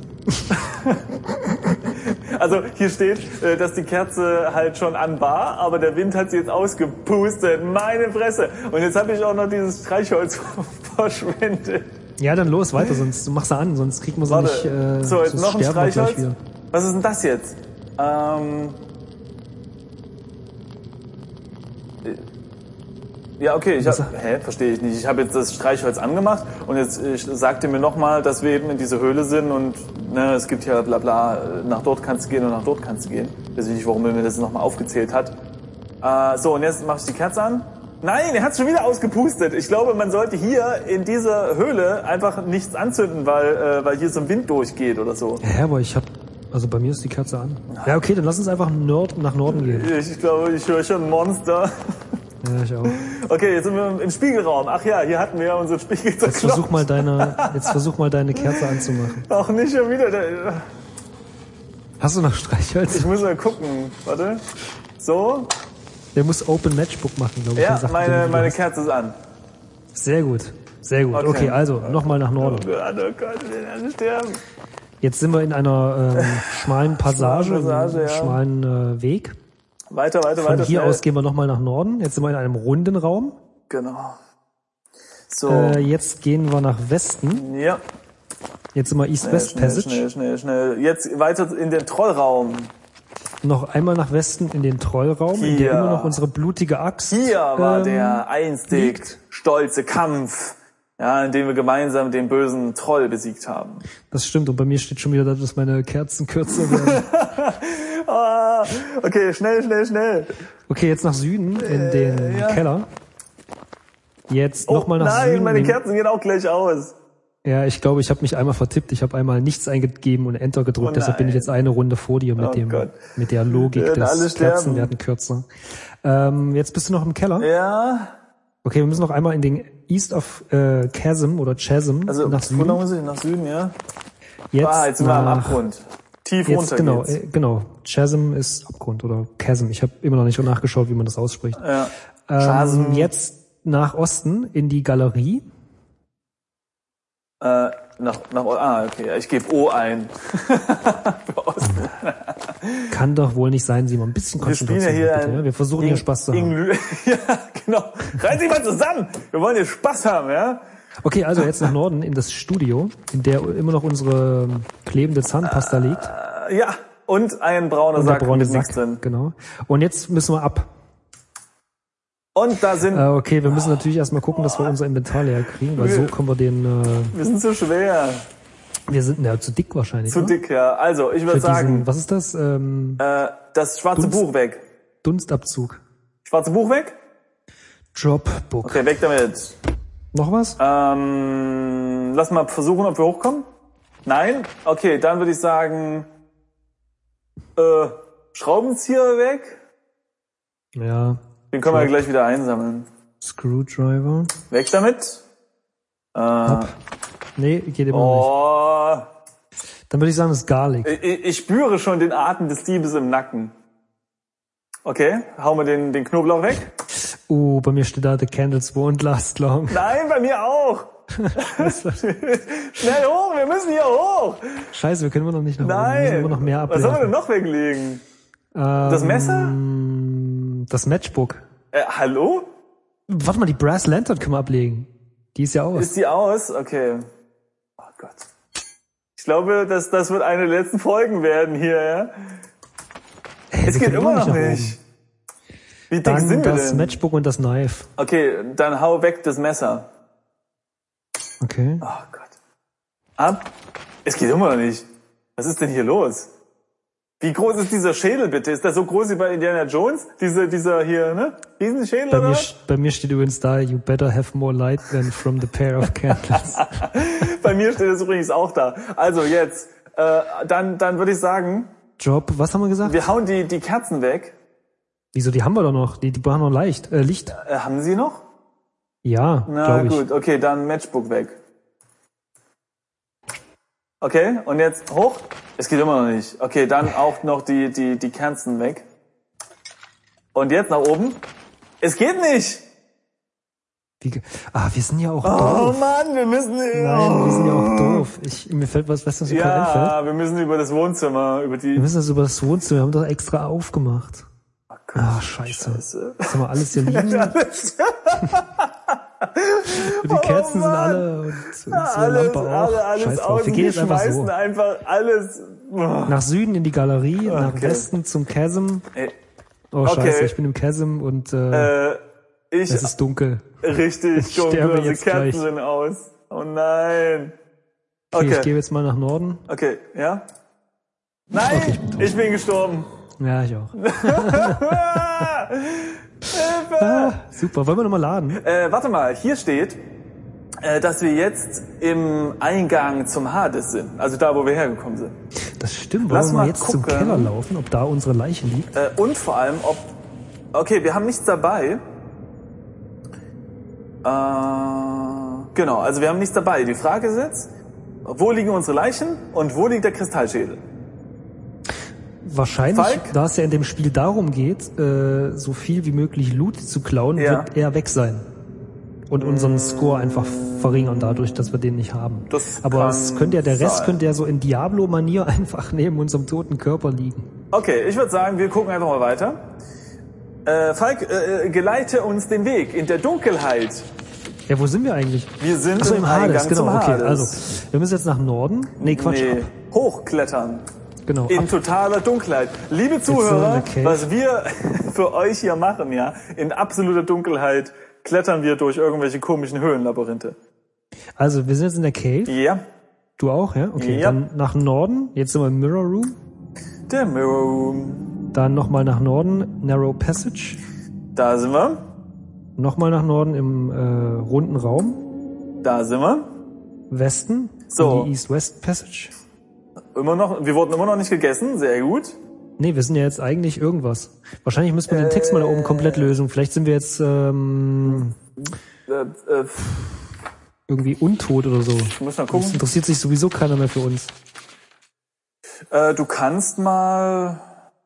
Speaker 1: also hier steht, äh, dass die Kerze halt schon an war, aber der Wind hat sie jetzt ausgepustet. Meine Fresse. Und jetzt habe ich auch noch dieses Streichholz verschwendet.
Speaker 2: Ja, dann los, weiter, sonst mach's ja an, sonst kriegen wir sie
Speaker 1: Warte.
Speaker 2: nicht. Äh,
Speaker 1: so, jetzt
Speaker 2: sonst
Speaker 1: noch ein
Speaker 2: sterben wir
Speaker 1: Streichholz.
Speaker 2: gleich wieder.
Speaker 1: Was ist denn das jetzt? Ähm. äh, Ja, okay, ich hab, hä, verstehe ich nicht. Ich habe jetzt das Streichholz angemacht und jetzt äh, sagte mir nochmal, dass wir eben in diese Höhle sind und ne, es gibt ja bla bla, äh, nach dort kannst du gehen und nach dort kannst du gehen. Weiß ich nicht, warum er mir das nochmal aufgezählt hat. Äh, so, und jetzt mache ich die Kerze an. Nein, er hat schon wieder ausgepustet. Ich glaube, man sollte hier in dieser Höhle einfach nichts anzünden, weil, äh, weil hier so ein Wind durchgeht oder so.
Speaker 2: Ja, aber ich hab. Also bei mir ist die Kerze an. Ja, okay, dann lass uns einfach Nord nach Norden gehen.
Speaker 1: Ich glaube, ich höre schon Monster.
Speaker 2: Ja, ich auch.
Speaker 1: Okay, jetzt sind wir im Spiegelraum. Ach ja, hier hatten wir ja unseren Spiegel
Speaker 2: Jetzt versuch
Speaker 1: zerklopft.
Speaker 2: mal deine, jetzt versuch mal deine Kerze anzumachen.
Speaker 1: Auch nicht schon wieder. da-
Speaker 2: Hast du noch Streichholz?
Speaker 1: Ich muss mal gucken. Warte. So.
Speaker 2: Der muss Open Matchbook machen, glaube ich.
Speaker 1: Ja,
Speaker 2: dann sagt er
Speaker 1: meine,
Speaker 2: dir,
Speaker 1: meine
Speaker 2: was.
Speaker 1: Kerze ist an.
Speaker 2: Sehr gut. Sehr gut. Okay,
Speaker 1: Okay.
Speaker 2: also nochmal nach
Speaker 1: Oh
Speaker 2: Norden.
Speaker 1: Gott, oh Gott, wir werden alle sterben.
Speaker 2: Jetzt sind wir in einer ähm, schmalen Passage,
Speaker 1: Schmalen Passage, ja.
Speaker 2: einem schmalen äh, Weg.
Speaker 1: Weiter, weiter,
Speaker 2: Von
Speaker 1: weiter.
Speaker 2: hier
Speaker 1: schnell.
Speaker 2: aus gehen wir nochmal nach Norden. Jetzt sind wir in einem runden Raum.
Speaker 1: Genau. So.
Speaker 2: Äh, jetzt gehen wir nach Westen.
Speaker 1: ja.
Speaker 2: Jetzt sind wir East-West
Speaker 1: schnell,
Speaker 2: Passage.
Speaker 1: schnell, schnell, schnell. Jetzt weiter in den Trollraum.
Speaker 2: Noch einmal nach Westen in den Trollraum, in
Speaker 1: Hier.
Speaker 2: der immer noch unsere blutige Axt.
Speaker 1: Hier war
Speaker 2: ähm,
Speaker 1: der einstig
Speaker 2: liegt.
Speaker 1: stolze Kampf, ja, in dem wir gemeinsam den bösen Troll besiegt haben.
Speaker 2: Das stimmt. Und bei mir steht schon wieder da, dass meine Kerzen kürzer werden.
Speaker 1: Ah, okay, schnell, schnell, schnell.
Speaker 2: Okay, jetzt nach Süden in den
Speaker 1: Äh, ja.
Speaker 2: Keller. Jetzt
Speaker 1: Oh,
Speaker 2: nochmal nach
Speaker 1: nein,
Speaker 2: Süden.
Speaker 1: meine
Speaker 2: in-
Speaker 1: Kerzen gehen auch gleich aus.
Speaker 2: Ja, ich glaube, ich habe mich einmal vertippt. Ich habe einmal nichts eingegeben und Enter gedrückt.
Speaker 1: Oh
Speaker 2: Deshalb bin ich
Speaker 1: nein.
Speaker 2: jetzt eine Runde vor dir mit
Speaker 1: Oh
Speaker 2: dem,
Speaker 1: Gott.
Speaker 2: mit der Logik
Speaker 1: Wir werden alle
Speaker 2: des
Speaker 1: sterben.
Speaker 2: Kerzen werden kürzer. Ähm, jetzt bist du noch im Keller.
Speaker 1: Ja,
Speaker 2: Okay, wir müssen noch einmal in den East of äh, Chasm oder Chasm
Speaker 1: also
Speaker 2: nach
Speaker 1: runter
Speaker 2: Süden.
Speaker 1: muss ich nach Süden, ja.
Speaker 2: Jetzt,
Speaker 1: Ah, jetzt sind wir am
Speaker 2: nach-
Speaker 1: Abgrund. Tief
Speaker 2: Jetzt
Speaker 1: runter
Speaker 2: genau,
Speaker 1: geht's.
Speaker 2: äh, genau. Chasm ist Abgrund oder Chasm. Ich habe immer noch nicht nachgeschaut, wie man das ausspricht.
Speaker 1: Ja.
Speaker 2: Ähm,
Speaker 1: Chasm.
Speaker 2: jetzt nach Osten in die Galerie.
Speaker 1: Äh, nach, nach, ah, okay, ja, ich gebe O ein. Für Osten.
Speaker 2: Kann doch wohl nicht sein, Simon. Ein bisschen
Speaker 1: Wir spielen ja
Speaker 2: Konzentration.
Speaker 1: hier
Speaker 2: bitte,
Speaker 1: ein-
Speaker 2: ja? Wir versuchen hier Spaß zu haben.
Speaker 1: Ingl- ja, genau. Reiß dich mal zusammen! Wir wollen hier Spaß haben, ja?
Speaker 2: Okay, also jetzt nach Norden in das Studio, in der immer noch unsere klebende Zahnpasta liegt.
Speaker 1: Äh, ja, und ein brauner
Speaker 2: Und der
Speaker 1: Sack
Speaker 2: braune
Speaker 1: mit nichts
Speaker 2: Sack.
Speaker 1: drin.
Speaker 2: Genau. Und jetzt müssen wir ab.
Speaker 1: Und da sind,
Speaker 2: Äh, okay, wir müssen natürlich erstmal gucken, dass wir unser Inventar leer kriegen, weil so können wir den. Äh,
Speaker 1: wir sind zu schwer.
Speaker 2: wir sind ja zu dick wahrscheinlich.
Speaker 1: Zu
Speaker 2: ne?
Speaker 1: dick, ja. Also, ich würde
Speaker 2: Mit
Speaker 1: sagen,
Speaker 2: Diesen, was ist das? Ähm,
Speaker 1: äh, das schwarze
Speaker 2: Dunst-
Speaker 1: Buch weg.
Speaker 2: Dunstabzug.
Speaker 1: Schwarze Buch weg?
Speaker 2: Dropbook.
Speaker 1: Okay, weg damit.
Speaker 2: Noch was?
Speaker 1: Ähm, lass mal versuchen, ob wir hochkommen. Nein? Okay, dann würde ich sagen, äh, Schraubenzieher weg.
Speaker 2: Ja.
Speaker 1: Den können wir ja gleich wieder einsammeln.
Speaker 2: Screwdriver.
Speaker 1: Weg damit. Äh,
Speaker 2: Nee, geht immer noch nicht.
Speaker 1: oh,
Speaker 2: Dann würde ich sagen, das ist Garlic.
Speaker 1: ich, ich spüre schon den Atem des Diebes im Nacken. Okay, hauen wir den, den Knoblauch weg.
Speaker 2: Oh, bei mir steht da, the candles won't last long.
Speaker 1: Nein, bei mir auch. Schnell hoch, wir müssen hier hoch.
Speaker 2: Scheiße, wir können immer noch nicht nach oben. Wir müssen
Speaker 1: Nein.
Speaker 2: immer noch mehr
Speaker 1: Was sollen wir denn
Speaker 2: abwerfen. Ähm,
Speaker 1: noch weglegen?
Speaker 2: Das
Speaker 1: Das Messer?
Speaker 2: Das Matchbook.
Speaker 1: Äh, hallo?
Speaker 2: Warte mal, die Brass Lantern können wir ablegen. Die ist ja aus.
Speaker 1: Ist die aus? Okay. Oh Gott. Ich glaube, das, das wird eine der letzten Folgen werden hier. Ja?
Speaker 2: Hey,
Speaker 1: Es
Speaker 2: wir
Speaker 1: geht
Speaker 2: können
Speaker 1: immer noch
Speaker 2: nach oben.
Speaker 1: nicht. Wie dick
Speaker 2: Dann
Speaker 1: sind wir
Speaker 2: das
Speaker 1: denn?
Speaker 2: Matchbook und das Knife.
Speaker 1: Okay, dann hau weg das Messer.
Speaker 2: Okay.
Speaker 1: Oh Gott. Ab. Es geht immer noch nicht. Was ist denn hier los? Wie groß ist dieser Schädel bitte? Ist das so groß wie bei Indiana Jones? Diese, dieser hier, ne? Riesenschädel
Speaker 2: Bei
Speaker 1: oder
Speaker 2: mir,
Speaker 1: was?
Speaker 2: sch- bei mir steht übrigens da, you better have more light than from the pair of candles.
Speaker 1: Bei mir steht es übrigens auch da. Also jetzt, äh, dann, dann würde ich sagen,
Speaker 2: Job, was haben wir gesagt?
Speaker 1: wir hauen die, die Kerzen weg.
Speaker 2: Wieso, die haben wir doch noch. Die, die brauchen noch leicht, äh, Licht.
Speaker 1: Äh, haben Sie noch?
Speaker 2: Ja,
Speaker 1: Na
Speaker 2: glaube ich.
Speaker 1: gut, okay, dann Matchbook weg. Okay, und jetzt hoch. Es geht immer noch nicht. Okay, dann auch noch die, die, die Kerzen weg. Und jetzt nach oben. Es geht nicht!
Speaker 2: Die, ge- ah, wir sind ja auch
Speaker 1: Oh
Speaker 2: doof.
Speaker 1: Mann, wir müssen...
Speaker 2: Nein, wir sind ja auch doof. Ich, mir fällt was, weißt du, was mir gerade einfällt?
Speaker 1: ja, wir müssen über das Wohnzimmer, über
Speaker 2: Wir
Speaker 1: die...
Speaker 2: müssen das über das Wohnzimmer, wir haben das extra aufgemacht.
Speaker 1: Oh Gott,
Speaker 2: Ah, scheiße.
Speaker 1: Scheiße.
Speaker 2: Das haben wir alles hier liegen. Die Kerzen sind alle und unsere
Speaker 1: Oh Alles,
Speaker 2: Lampe auch.
Speaker 1: alle, alles
Speaker 2: Scheiß drauf.
Speaker 1: aus.
Speaker 2: Wir gehen jetzt einfach
Speaker 1: schmeißen
Speaker 2: so.
Speaker 1: einfach alles...
Speaker 2: Nach Süden in die Galerie, nach
Speaker 1: Okay.
Speaker 2: Westen zum Chasm.
Speaker 1: Ey,
Speaker 2: Oh
Speaker 1: Okay.
Speaker 2: scheiße, ich bin im Chasm und äh,
Speaker 1: Äh, ich
Speaker 2: es ist dunkel.
Speaker 1: Richtig,
Speaker 2: Ich sterbe
Speaker 1: dunkel, die
Speaker 2: jetzt
Speaker 1: Kerzen
Speaker 2: gleich.
Speaker 1: sind aus. Oh nein.
Speaker 2: Okay, ich
Speaker 1: Okay,
Speaker 2: gehe jetzt mal nach Norden.
Speaker 1: okay, ja? Nein,
Speaker 2: Okay, ich
Speaker 1: ich bin gestorben.
Speaker 2: Ja, ich auch.
Speaker 1: Ah! Hilfe!
Speaker 2: Ah, super, wollen wir nochmal laden?
Speaker 1: Äh, warte mal, hier steht, äh, dass wir jetzt im Eingang zum Hades sind. Also da, wo wir hergekommen sind.
Speaker 2: Das stimmt, wollen
Speaker 1: Lass
Speaker 2: wir mal
Speaker 1: mal
Speaker 2: jetzt zum
Speaker 1: gucken.
Speaker 2: Keller laufen, ob da unsere Leiche liegt.
Speaker 1: Äh, und vor allem, ob... Okay, wir haben nichts dabei. Äh, genau, also wir haben nichts dabei. Die Frage ist jetzt, wo liegen unsere Leichen und wo liegt der Kristallschädel?
Speaker 2: Wahrscheinlich,
Speaker 1: Falk?
Speaker 2: da es ja in dem Spiel darum geht, äh, so viel wie möglich Loot zu klauen,
Speaker 1: Ja. Mm.
Speaker 2: wird er weg sein. Und unseren Score einfach verringern dadurch, dass wir den nicht haben.
Speaker 1: Das
Speaker 2: Aber
Speaker 1: kann
Speaker 2: es könnte ja der Rest
Speaker 1: sein.
Speaker 2: könnte ja so in Diablo-Manier einfach neben unserem toten Körper liegen.
Speaker 1: Okay, ich würde sagen, wir gucken einfach mal weiter. Äh, Falk, äh, äh, geleite uns den Weg in der Dunkelheit.
Speaker 2: Ja, wo sind wir eigentlich?
Speaker 1: Wir sind
Speaker 2: Achso, im
Speaker 1: Eingang
Speaker 2: Hades, genau,
Speaker 1: zum
Speaker 2: okay.
Speaker 1: Hades.
Speaker 2: Also, wir müssen jetzt nach Norden. Nee, Quatsch,
Speaker 1: nee,
Speaker 2: ab.
Speaker 1: hochklettern.
Speaker 2: Genau,
Speaker 1: In
Speaker 2: ab.
Speaker 1: totaler Dunkelheit. Liebe Zuhörer,
Speaker 2: in the cave.
Speaker 1: was wir für euch hier machen, ja, in absoluter Dunkelheit klettern wir durch irgendwelche komischen Höhlenlabyrinthe.
Speaker 2: Also, wir sind jetzt in der Cave.
Speaker 1: Ja,
Speaker 2: Du auch, ja? Okay,
Speaker 1: Ja.
Speaker 2: dann nach Norden. Jetzt sind wir im Mirror Room.
Speaker 1: der Mirror Room.
Speaker 2: Dann nochmal nach Norden, Narrow Passage.
Speaker 1: Da sind wir,
Speaker 2: Nochmal nach Norden im äh, runden Raum.
Speaker 1: da sind wir.
Speaker 2: Westen.
Speaker 1: So.
Speaker 2: In die East-West Passage.
Speaker 1: Immer noch, wir wurden immer noch nicht gegessen, sehr gut.
Speaker 2: Nee, wir sind ja jetzt eigentlich irgendwas. Wahrscheinlich müssen wir den Text mal da oben komplett lösen. Vielleicht sind wir jetzt ähm,
Speaker 1: Äh, äh,
Speaker 2: irgendwie untot oder so.
Speaker 1: müssen wir
Speaker 2: Das
Speaker 1: gucken.
Speaker 2: interessiert sich sowieso keiner mehr für uns.
Speaker 1: Äh, du kannst mal.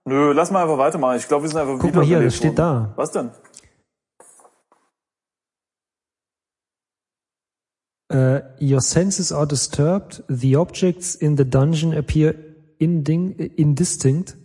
Speaker 1: Nö, lass mal einfach weitermachen. Ich glaube, wir sind einfach
Speaker 2: Guck mal hier,
Speaker 1: wiederbelebt
Speaker 2: das steht
Speaker 1: worden.
Speaker 2: da.
Speaker 1: Was denn?
Speaker 2: Äh, your senses are disturbed. The objects in the dungeon appear inding, indistinct,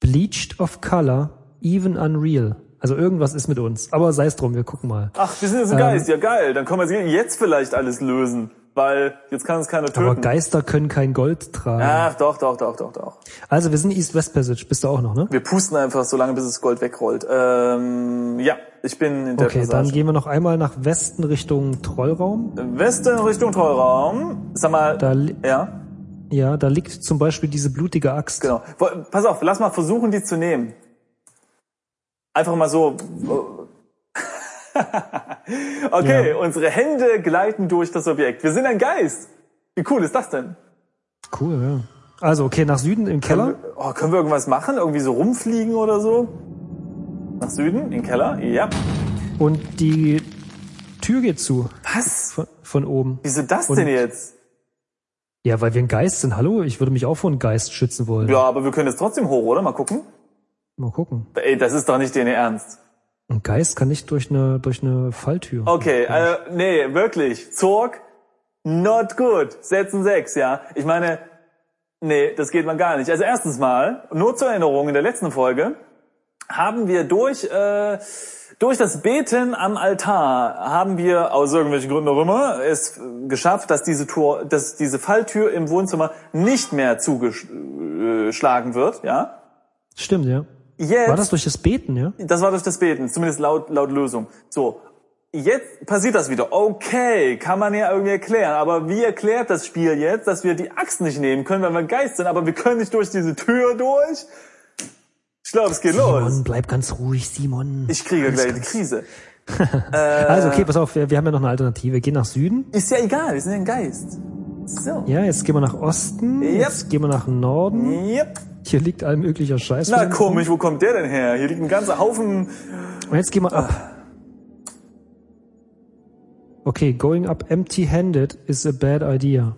Speaker 2: bleached of color, even unreal. Also irgendwas ist mit uns. Aber sei es drum, wir gucken mal.
Speaker 1: Ach, wir sind jetzt ein
Speaker 2: Ähm.
Speaker 1: Geist. Ja, geil. Dann können wir jetzt vielleicht alles lösen. Weil jetzt kann uns keiner
Speaker 2: Aber
Speaker 1: töten.
Speaker 2: Geister können kein Gold tragen.
Speaker 1: Ach, doch, doch, doch, doch, doch.
Speaker 2: Also wir sind East-West Passage. Bist du auch noch, ne?
Speaker 1: Wir pusten einfach so lange, bis das Gold wegrollt. Ähm, ja, ich bin in der
Speaker 2: Okay, dann
Speaker 1: Passage.
Speaker 2: gehen wir noch einmal nach Westen Richtung Trollraum.
Speaker 1: Westen Richtung Trollraum. Sag mal.
Speaker 2: Da, li-
Speaker 1: ja,
Speaker 2: ja, da liegt zum Beispiel diese blutige Axt.
Speaker 1: genau. Wo- Pass auf, lass mal versuchen, die zu nehmen. Einfach mal so. okay,
Speaker 2: Ja.
Speaker 1: unsere Hände gleiten durch das Objekt. Wir sind ein Geist. Wie cool ist das denn?
Speaker 2: Cool, ja. Also, okay, nach Süden im Keller.
Speaker 1: Oh, können wir irgendwas machen? Irgendwie so rumfliegen oder so? Nach Süden, in den Keller? Ja.
Speaker 2: Und die Tür geht zu
Speaker 1: Was?
Speaker 2: von, von oben.
Speaker 1: Wieso das
Speaker 2: Und-
Speaker 1: denn jetzt?
Speaker 2: Ja, weil wir ein Geist sind. Hallo, ich würde mich auch vor einem Geist schützen wollen.
Speaker 1: Ja, aber wir können jetzt trotzdem hoch, oder? Mal gucken.
Speaker 2: Mal gucken.
Speaker 1: Ey, das ist doch nicht dein Ernst.
Speaker 2: Ein Geist kann nicht durch eine, durch eine Falltür.
Speaker 1: Okay, äh, nee, wirklich. Zorg, not good. Setzen sechs, ja. Ich meine, nee, das geht man gar nicht. Also erstens mal, nur zur Erinnerung, in der letzten Folge haben wir durch, äh, durch das Beten am Altar haben wir aus irgendwelchen Gründen auch immer es äh, geschafft, dass diese Tor, dass diese Falltür im Wohnzimmer nicht mehr zugeschlagen wird, ja.
Speaker 2: Stimmt, ja.
Speaker 1: Jetzt,
Speaker 2: War das durch das Beten, ja?
Speaker 1: das war durch das Beten, zumindest laut, laut Lösung. So, jetzt passiert das wieder. Okay, kann man ja irgendwie erklären. Aber wie erklärt das Spiel jetzt, dass wir die Axt nicht nehmen können, weil wir ein Geist sind, aber wir können nicht durch diese Tür durch? Ich glaube, es geht los.
Speaker 2: Simon, bleib ganz ruhig, Simon.
Speaker 1: Ich kriege gleich die Krise.
Speaker 2: also, okay, pass auf, wir, wir haben ja noch eine Alternative. Geh nach Süden.
Speaker 1: Ist ja egal, wir sind ja ein Geist. So.
Speaker 2: Ja, jetzt gehen wir nach Osten.
Speaker 1: Yep.
Speaker 2: Jetzt gehen wir nach Norden.
Speaker 1: Yep.
Speaker 2: Hier liegt all möglicher Scheiß.
Speaker 1: Na komisch, wo kommt der denn her? Hier liegt ein ganzer Haufen.
Speaker 2: Und jetzt gehen wir ab. Okay, going up empty-handed is a bad idea.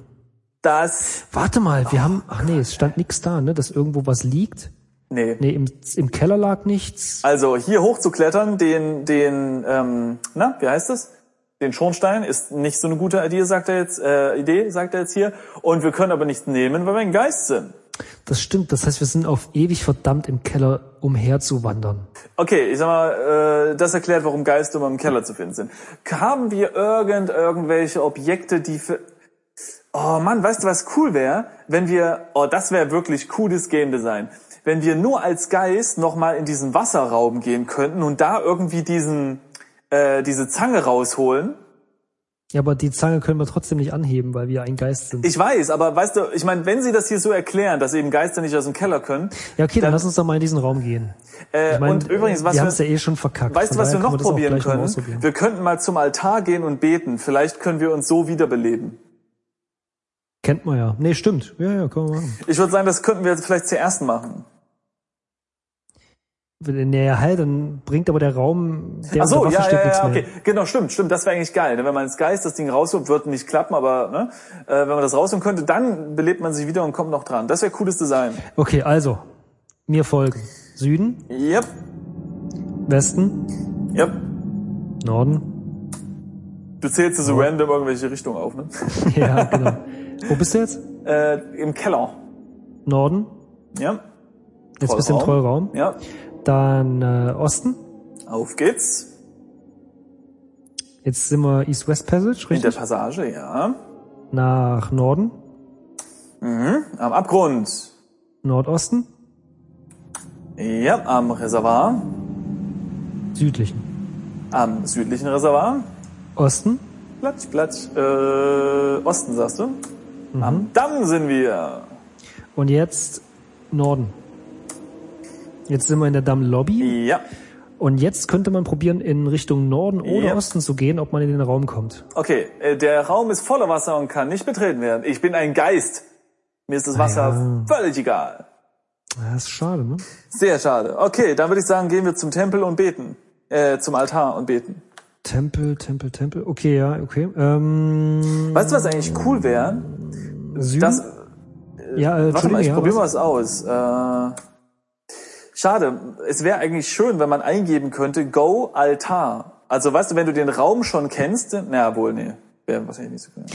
Speaker 1: Das.
Speaker 2: Warte mal, wir haben. Ach nee, es stand nichts da, ne? Dass irgendwo was liegt.
Speaker 1: Nee.
Speaker 2: Nee, im, im Keller lag nichts.
Speaker 1: Also hier hoch zu klettern, den, den, ähm, na, wie heißt es? Den Schornstein ist nicht so eine gute Idee, sagt er jetzt, äh, Idee, sagt er jetzt hier. Und wir können aber nichts nehmen, weil wir ein Geist sind.
Speaker 2: Das stimmt. Das heißt, wir sind auf ewig verdammt im Keller umherzuwandern.
Speaker 1: Okay, ich sag mal, äh, das erklärt, warum Geister immer im Keller zu finden sind. Haben wir irgend irgendwelche Objekte, die für... Oh Mann, weißt du, was cool wäre? Wenn wir... Oh, das wäre wirklich cooles Game Design. Wenn wir nur als Geist nochmal in diesen Wasserraum gehen könnten und da irgendwie diesen... Äh, diese Zange rausholen
Speaker 2: Ja, aber die Zange können wir trotzdem nicht anheben, weil wir ein Geist sind.
Speaker 1: Ich weiß, aber weißt du, ich meine, wenn sie das hier so erklären, dass eben Geister nicht aus dem Keller können,
Speaker 2: ja, okay, dann, lass uns doch mal in diesen Raum gehen.
Speaker 1: äh,
Speaker 2: Ich mein,
Speaker 1: und übrigens, was
Speaker 2: wir haben es ja
Speaker 1: wir,
Speaker 2: eh schon verkackt.
Speaker 1: weißt du,
Speaker 2: Von
Speaker 1: was wir
Speaker 2: daher
Speaker 1: noch
Speaker 2: können das auch
Speaker 1: probieren
Speaker 2: gleich mal
Speaker 1: können?
Speaker 2: ausprobieren.
Speaker 1: Wir könnten mal zum Altar gehen und beten. Vielleicht können wir uns so wiederbeleben.
Speaker 2: Kennt man ja. Nee, stimmt. Ja, ja, können wir machen.
Speaker 1: Ich würde sagen, das könnten wir jetzt vielleicht zuerst machen.
Speaker 2: Naja, halt, dann bringt aber der Raum, der
Speaker 1: Ach so,
Speaker 2: unter Also Wasser
Speaker 1: ja,
Speaker 2: steht,
Speaker 1: ja,
Speaker 2: nichts
Speaker 1: ja,
Speaker 2: mehr.
Speaker 1: okay. Genau, stimmt, stimmt. Das wäre eigentlich geil. ne? Wenn man als Geist das Ding rausholt, wird nicht klappen, aber ne, äh, wenn man das rausholen könnte, dann belebt man sich wieder und kommt noch dran. Das wäre cooles Design.
Speaker 2: Okay, also, mir folgen. Süden,
Speaker 1: Yep,
Speaker 2: Westen,
Speaker 1: yep.
Speaker 2: Norden,
Speaker 1: Du zählst so random irgendwelche Richtungen auf, ne?
Speaker 2: ja, genau. Wo bist du jetzt?
Speaker 1: Äh, Im Keller.
Speaker 2: Norden.
Speaker 1: Ja.
Speaker 2: Jetzt bist du im Trollraum.
Speaker 1: Ja.
Speaker 2: Dann äh, Osten.
Speaker 1: Auf geht's.
Speaker 2: Jetzt sind wir East-West Passage,
Speaker 1: In der
Speaker 2: richtig?
Speaker 1: Passage, ja.
Speaker 2: Nach Norden.
Speaker 1: Mhm. Am Abgrund.
Speaker 2: Nordosten.
Speaker 1: Ja, am Reservoir.
Speaker 2: Südlichen.
Speaker 1: Am südlichen Reservoir.
Speaker 2: Osten.
Speaker 1: Platsch, platsch. Äh, Osten, sagst du? Am Damm sind wir.
Speaker 2: Und jetzt Norden. Jetzt sind wir in der Damm-Lobby.
Speaker 1: Ja.
Speaker 2: Und jetzt könnte man probieren, in Richtung Norden oder
Speaker 1: Ja.
Speaker 2: Osten zu gehen, ob man in den Raum kommt.
Speaker 1: Okay, äh, der Raum ist voller Wasser und kann nicht betreten werden. Ich bin ein Geist. Mir ist das Wasser völlig egal.
Speaker 2: Ja, ist schade, ne?
Speaker 1: Sehr schade. Okay, dann würde ich sagen, gehen wir zum Tempel und beten. Äh, zum Altar und beten.
Speaker 2: Tempel, Tempel, Tempel. Okay, ja, okay. Ähm,
Speaker 1: Weißt du, was eigentlich cool wäre?
Speaker 2: Süden?
Speaker 1: Das,
Speaker 2: ja, äh,
Speaker 1: warte
Speaker 2: Entschuldigung,
Speaker 1: mal, ich
Speaker 2: ja,
Speaker 1: probiere
Speaker 2: was-
Speaker 1: mal es aus. Äh, schade, es wäre eigentlich schön, wenn man eingeben könnte, Go Altar. Also weißt du, wenn du den Raum schon kennst, na wohl, nee, wäre wahrscheinlich nicht so gut.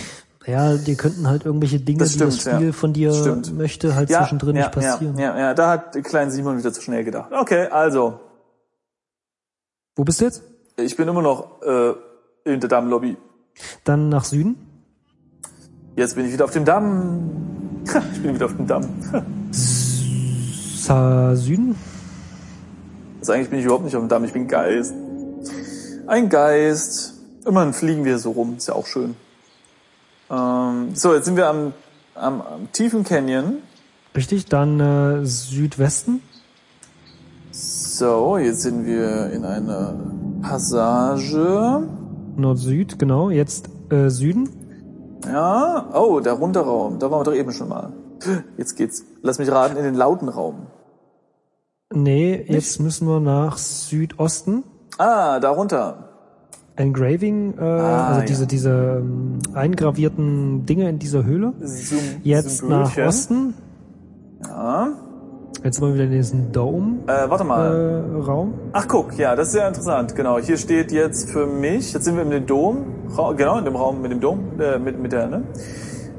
Speaker 2: Ja, die könnten halt irgendwelche Dinge,
Speaker 1: Das
Speaker 2: die das
Speaker 1: stimmt, ja.
Speaker 2: Spiel von dir
Speaker 1: Stimmt.
Speaker 2: möchte, halt zwischendrin nicht passieren.
Speaker 1: Ja, ja, ja, da hat Klein Simon wieder zu schnell gedacht. Okay, also,
Speaker 2: Wo bist du jetzt?
Speaker 1: ich bin immer noch äh, in der Dammlobby.
Speaker 2: Dann nach Süden.
Speaker 1: Jetzt bin ich wieder auf dem Damm. Ich bin wieder auf dem Damm.
Speaker 2: Sa Süden.
Speaker 1: Also eigentlich bin ich überhaupt nicht auf dem Damm, ich bin Geist. Ein Geist. Immerhin fliegen wir so rum, ist ja auch schön. Ähm, so, jetzt sind wir am, am, am tiefen Canyon.
Speaker 2: Richtig, dann äh, Südwesten.
Speaker 1: So, jetzt sind wir in einer Passage.
Speaker 2: Nord-Süd, genau. Jetzt äh, Süden.
Speaker 1: Ja, oh, der runde Raum, da waren wir doch eben schon mal. Jetzt geht's, lass mich raten, in den lauten Raum.
Speaker 2: Nee, jetzt müssen wir nach Südosten.
Speaker 1: Ah, darunter.
Speaker 2: Engraving, äh, also
Speaker 1: Ah, ja.
Speaker 2: diese, diese ähm, eingravierten Dinge in dieser Höhle.
Speaker 1: Zoom,
Speaker 2: Jetzt nach Osten.
Speaker 1: Ja.
Speaker 2: Jetzt mal wieder in diesen Dome-Raum.
Speaker 1: Äh, warte
Speaker 2: Äh,
Speaker 1: mal.
Speaker 2: Raum.
Speaker 1: Ach guck, ja, das ist ja interessant. Genau, hier steht jetzt für mich, jetzt sind wir in dem Dom, Ra- genau in dem Raum mit dem Dom, äh, mit, mit der, ne?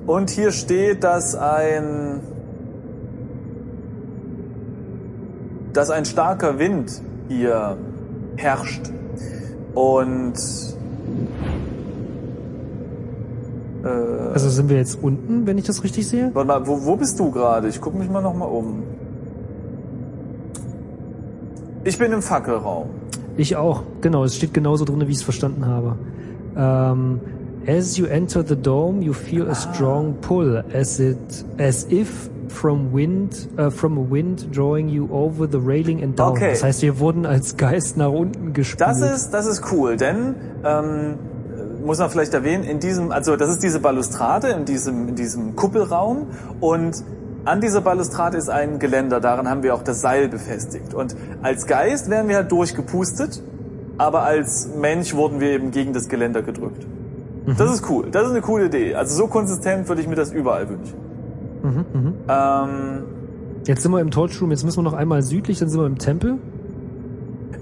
Speaker 1: Und hier steht, dass ein, dass ein starker Wind hier herrscht. Und
Speaker 2: also sind wir jetzt unten, wenn ich das richtig sehe?
Speaker 1: warte mal, wo, wo bist du gerade? Ich guck mich mal nochmal um. Ich bin im Fackelraum.
Speaker 2: Ich auch, genau. Es steht genauso drin, wie ich es verstanden habe. Ähm, as you enter the dome, you feel a strong pull, as it, as if from wind, äh, from a wind drawing you over the railing and down.
Speaker 1: Okay.
Speaker 2: Das heißt, wir wurden als Geist nach unten gespült.
Speaker 1: Das ist, das ist cool, denn ähm, äh, muss man vielleicht erwähnen, in diesem, also das ist diese Balustrade in diesem, in diesem Kuppelraum und an dieser Balustrade ist ein Geländer, daran haben wir auch das Seil befestigt. Und als Geist werden wir halt durchgepustet, aber als Mensch wurden wir eben gegen das Geländer gedrückt.
Speaker 2: Mhm.
Speaker 1: Das ist cool, das ist eine coole Idee. Also so konsistent würde ich mir das überall wünschen. Ähm,
Speaker 2: Jetzt sind wir im Torch Room, jetzt müssen wir noch einmal südlich, dann sind wir im Tempel.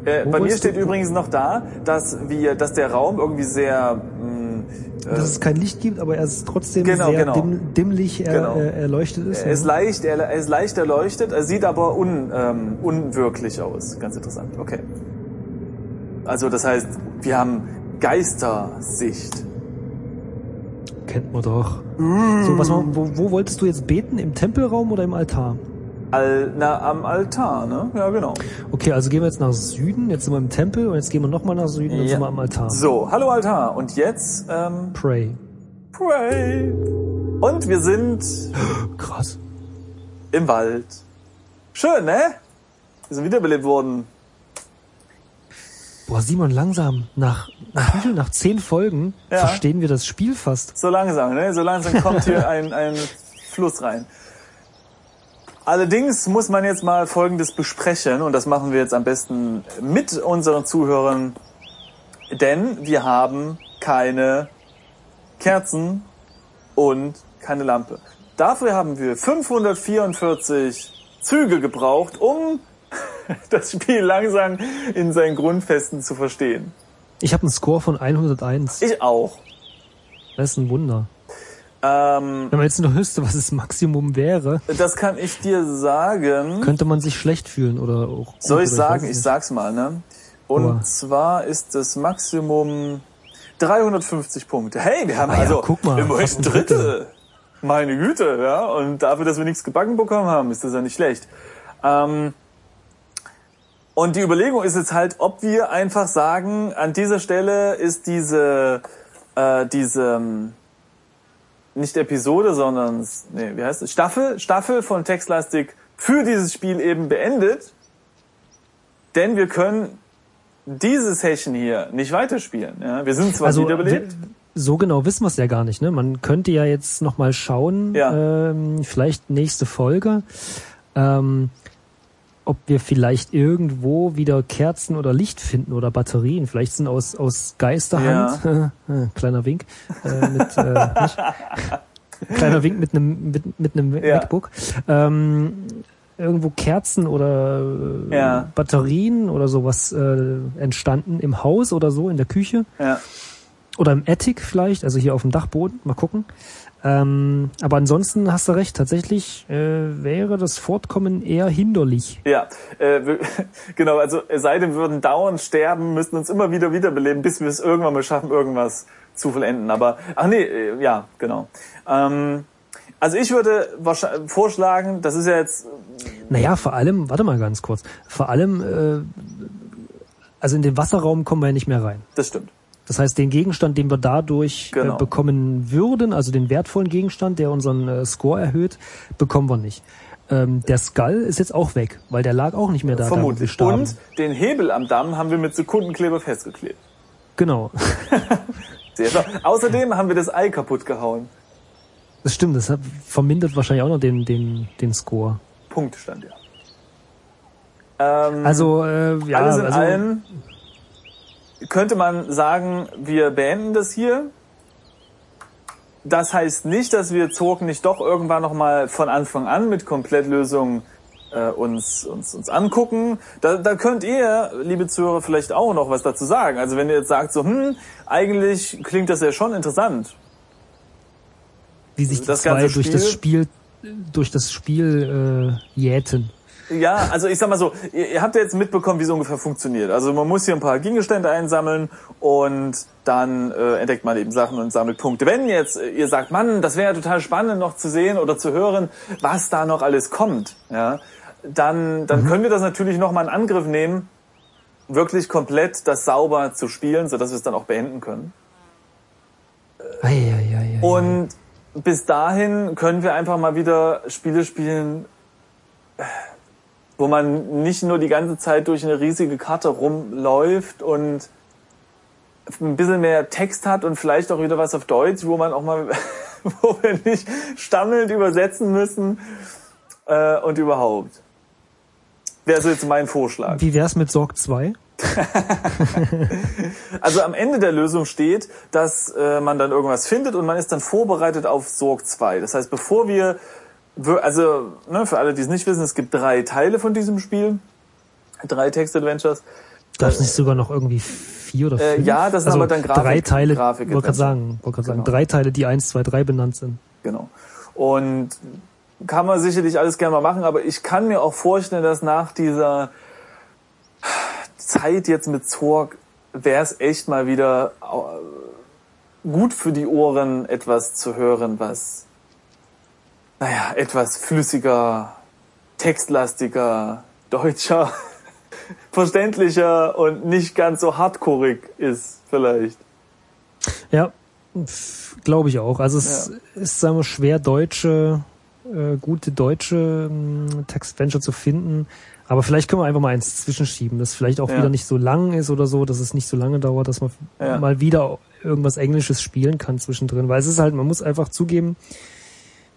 Speaker 1: äh, bei
Speaker 2: Wo
Speaker 1: mir
Speaker 2: wolltest du-
Speaker 1: steht übrigens noch da, dass wir, dass der Raum irgendwie sehr mm, mh,
Speaker 2: Dass es kein Licht gibt, aber er ist trotzdem
Speaker 1: Äh, Genau,
Speaker 2: sehr
Speaker 1: genau.
Speaker 2: dimm, dimmlich er,
Speaker 1: Genau.
Speaker 2: äh, erleuchtet ist.
Speaker 1: Er ist
Speaker 2: ja.
Speaker 1: leicht, er, er ist leicht erleuchtet, er sieht aber un, ähm, unwirklich aus. Ganz interessant. Okay. Also das heißt, wir haben Geistersicht.
Speaker 2: Kennt man doch.
Speaker 1: Mm.
Speaker 2: So, was, war- wo, wo wolltest du jetzt beten? Im Tempelraum oder im Altar?
Speaker 1: Al, na, am Altar, ne? Ja, genau.
Speaker 2: Okay, also gehen wir jetzt nach Süden, jetzt sind wir im Tempel und jetzt gehen wir nochmal nach Süden, jetzt
Speaker 1: Ja.
Speaker 2: sind wir am Altar.
Speaker 1: So, hallo Altar. Und jetzt, ähm,
Speaker 2: Pray.
Speaker 1: pray. Und wir sind
Speaker 2: Krass.
Speaker 1: im Wald. Schön, ne? Wir sind wiederbelebt worden.
Speaker 2: Boah, Simon, langsam, nach, nach, wie viel? nach zehn Folgen
Speaker 1: Ja.
Speaker 2: verstehen wir das Spiel fast.
Speaker 1: So langsam, ne? So langsam kommt hier ein, ein Fluss rein. Allerdings muss man jetzt mal Folgendes besprechen und das machen wir jetzt am besten mit unseren Zuhörern, denn wir haben keine Kerzen und keine Lampe. Dafür haben wir 544 Züge gebraucht, um das Spiel langsam in seinen Grundfesten zu verstehen.
Speaker 2: Ich habe einen Score von 101.
Speaker 1: Ich auch.
Speaker 2: Das ist ein Wunder.
Speaker 1: Ähm,
Speaker 2: Wenn man jetzt nur wüsste, was das Maximum wäre,
Speaker 1: das kann ich dir sagen.
Speaker 2: könnte man sich schlecht fühlen oder auch. gut,
Speaker 1: Hm? Soll
Speaker 2: oder
Speaker 1: ich sagen?
Speaker 2: weiß
Speaker 1: Ich
Speaker 2: nicht.
Speaker 1: sag's mal, ne? Und
Speaker 2: Oha.
Speaker 1: zwar ist das Maximum 350 Punkte. Hey, wir haben
Speaker 2: Ah ja,
Speaker 1: also
Speaker 2: guck mal,
Speaker 1: immerhin
Speaker 2: fast
Speaker 1: ein
Speaker 2: ein
Speaker 1: Drittel.
Speaker 2: Drittel.
Speaker 1: Meine Güte, ja. Und dafür, dass wir nichts gebacken bekommen haben, ist das ja nicht schlecht. Ähm, und die Überlegung ist jetzt halt, ob wir einfach sagen, an dieser Stelle ist diese, äh, diese, ähm, nicht Episode, sondern, s- nee, wie heißt es? Staffel, Staffel von Textlastik für dieses Spiel eben beendet. Denn wir können diese Session hier nicht weiterspielen. Ja? Wir sind zwar
Speaker 2: also,
Speaker 1: wiederbelebt.
Speaker 2: wi- so genau wissen wir es ja gar nicht. Ne? Man könnte ja jetzt nochmal schauen,
Speaker 1: Ja.
Speaker 2: ähm, vielleicht nächste Folge, ähm, ob wir vielleicht irgendwo wieder Kerzen oder Licht finden oder Batterien. Vielleicht sind aus, aus Geisterhand, äh, kleiner Wink, äh, mit, äh, nicht? kleiner Wink mit einem mit, mit einem
Speaker 1: Ja.
Speaker 2: MacBook. Ähm, irgendwo Kerzen oder äh,
Speaker 1: Ja.
Speaker 2: Batterien oder sowas äh, entstanden im Haus oder so in der Küche
Speaker 1: Ja.
Speaker 2: oder im Attic vielleicht, also hier auf dem Dachboden, mal gucken. Ähm, aber ansonsten hast du recht, tatsächlich äh, wäre das Fortkommen eher hinderlich.
Speaker 1: Ja, äh, wir- genau, also es sei denn, wir würden dauernd sterben, müssten uns immer wieder wiederbeleben, bis wir es irgendwann mal schaffen, irgendwas zu vollenden. Aber, ach nee, äh, ja, genau. Ähm, also ich würde wahrscheinlich vorschlagen, das ist ja jetzt,
Speaker 2: Naja, vor allem, warte mal ganz kurz, vor allem, äh, also in den Wasserraum kommen wir ja nicht mehr rein.
Speaker 1: das stimmt.
Speaker 2: Das heißt, den Gegenstand, den wir dadurch
Speaker 1: Genau.
Speaker 2: äh, bekommen würden, also den wertvollen Gegenstand, der unseren äh, Score erhöht, bekommen wir nicht. Ähm, der Skull ist jetzt auch weg, weil der lag auch nicht mehr da. da wo wir
Speaker 1: Vermutlich.
Speaker 2: starben.
Speaker 1: Und den Hebel am Damm haben wir mit Sekundenkleber festgeklebt.
Speaker 2: Genau.
Speaker 1: Sehr schlau. Außerdem haben wir das Ei kaputt gehauen.
Speaker 2: Das stimmt, das hat, vermindert wahrscheinlich auch noch den, den, den Score.
Speaker 1: Punkt stand ja. Ähm,
Speaker 2: Also, äh, ja,
Speaker 1: alles in
Speaker 2: also,
Speaker 1: allem könnte man sagen, wir beenden das hier. Das heißt nicht, dass wir Zog nicht doch irgendwann nochmal von Anfang an mit Komplettlösungen äh, uns, uns, uns angucken. Da, da könnt ihr, liebe Zuhörer, vielleicht auch noch was dazu sagen. Also wenn ihr jetzt sagt, so, hm, eigentlich klingt das ja schon interessant.
Speaker 2: wie sich die
Speaker 1: das
Speaker 2: zwei
Speaker 1: ganze
Speaker 2: durch das
Speaker 1: Spiel-
Speaker 2: Spiel, durch das Spiel äh, jäten.
Speaker 1: Ja, also ich sag mal so, ihr, ihr habt ja jetzt mitbekommen, wie es ungefähr funktioniert. Also man muss hier ein paar Gegenstände einsammeln und dann äh, entdeckt man eben Sachen und sammelt Punkte. Wenn jetzt äh, ihr sagt, Mann, das wäre ja total spannend noch zu sehen oder zu hören, was da noch alles kommt, ja, dann, dann können wir das natürlich nochmal in Angriff nehmen, wirklich komplett das sauber zu spielen, sodass wir es dann auch beenden können.
Speaker 2: Ei, ei, ei, ei.
Speaker 1: Und bis dahin können wir einfach mal wieder Spiele spielen, wo man nicht nur die ganze Zeit durch eine riesige Karte rumläuft und ein bisschen mehr Text hat und vielleicht auch wieder was auf Deutsch, wo man auch mal, wo wir nicht stammelnd übersetzen müssen äh, und überhaupt. Wäre so jetzt mein Vorschlag.
Speaker 2: Wie wär's mit Sorg 2?
Speaker 1: Also am Ende der Lösung steht, dass äh, man dann irgendwas findet und man ist dann vorbereitet auf Sorg 2. Das heißt, bevor wir, wir- also ne, für alle, die es nicht wissen, es gibt drei Teile von diesem Spiel, drei Text-Adventures.
Speaker 2: Gab's nicht sogar noch irgendwie vier oder
Speaker 1: Äh,
Speaker 2: fünf?
Speaker 1: ja, das sind
Speaker 2: also
Speaker 1: aber dann Grafik-
Speaker 2: drei Teile,
Speaker 1: Grafik-
Speaker 2: wollte gerade sagen, wollte gerade sagen,
Speaker 1: Genau.
Speaker 2: drei Teile, die eins, zwei, drei benannt sind.
Speaker 1: Genau. Und kann man sicherlich alles gerne mal machen, aber ich kann mir auch vorstellen, dass nach dieser Zeit jetzt mit Zorg wäre es echt mal wieder äh, gut für die Ohren, etwas zu hören, was, naja, etwas flüssiger, textlastiger, deutscher, verständlicher und nicht ganz so hardcoreig ist, vielleicht.
Speaker 2: Ja, glaube ich auch. Also es ist, sagen wir, schwer deutsche, äh, gute deutsche ähm, Textventure zu finden. Aber vielleicht können wir einfach mal eins zwischenschieben, das vielleicht auch
Speaker 1: Ja.
Speaker 2: wieder nicht so lang ist oder so, dass es nicht so lange dauert, dass man
Speaker 1: Ja.
Speaker 2: mal wieder irgendwas Englisches spielen kann zwischendrin. Weil es ist halt, man muss einfach zugeben,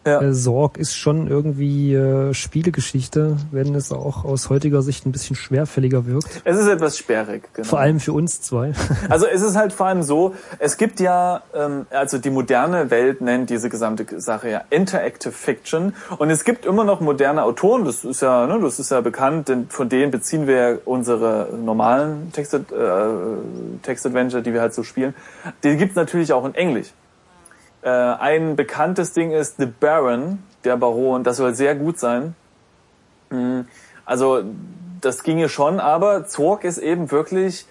Speaker 1: Ja.
Speaker 2: Äh, Sorg ist schon irgendwie äh, Spielegeschichte, wenn es auch aus heutiger Sicht ein bisschen schwerfälliger wirkt.
Speaker 1: Es ist etwas sperrig, genau.
Speaker 2: Vor allem für uns zwei.
Speaker 1: Also es ist halt vor allem so, es gibt ja, ähm, also die moderne Welt nennt diese gesamte Sache ja Interactive Fiction und es gibt immer noch moderne Autoren, das ist ja, ne, das ist ja bekannt, denn von denen beziehen wir ja unsere normalen Text-Adventure, äh, Text Adventure, die wir halt so spielen. Die gibt's natürlich auch in Englisch. Äh, ein bekanntes Ding ist The Baron, der Baron, das soll sehr gut sein. Mhm. Also das ginge schon, aber Zorg ist eben wirklich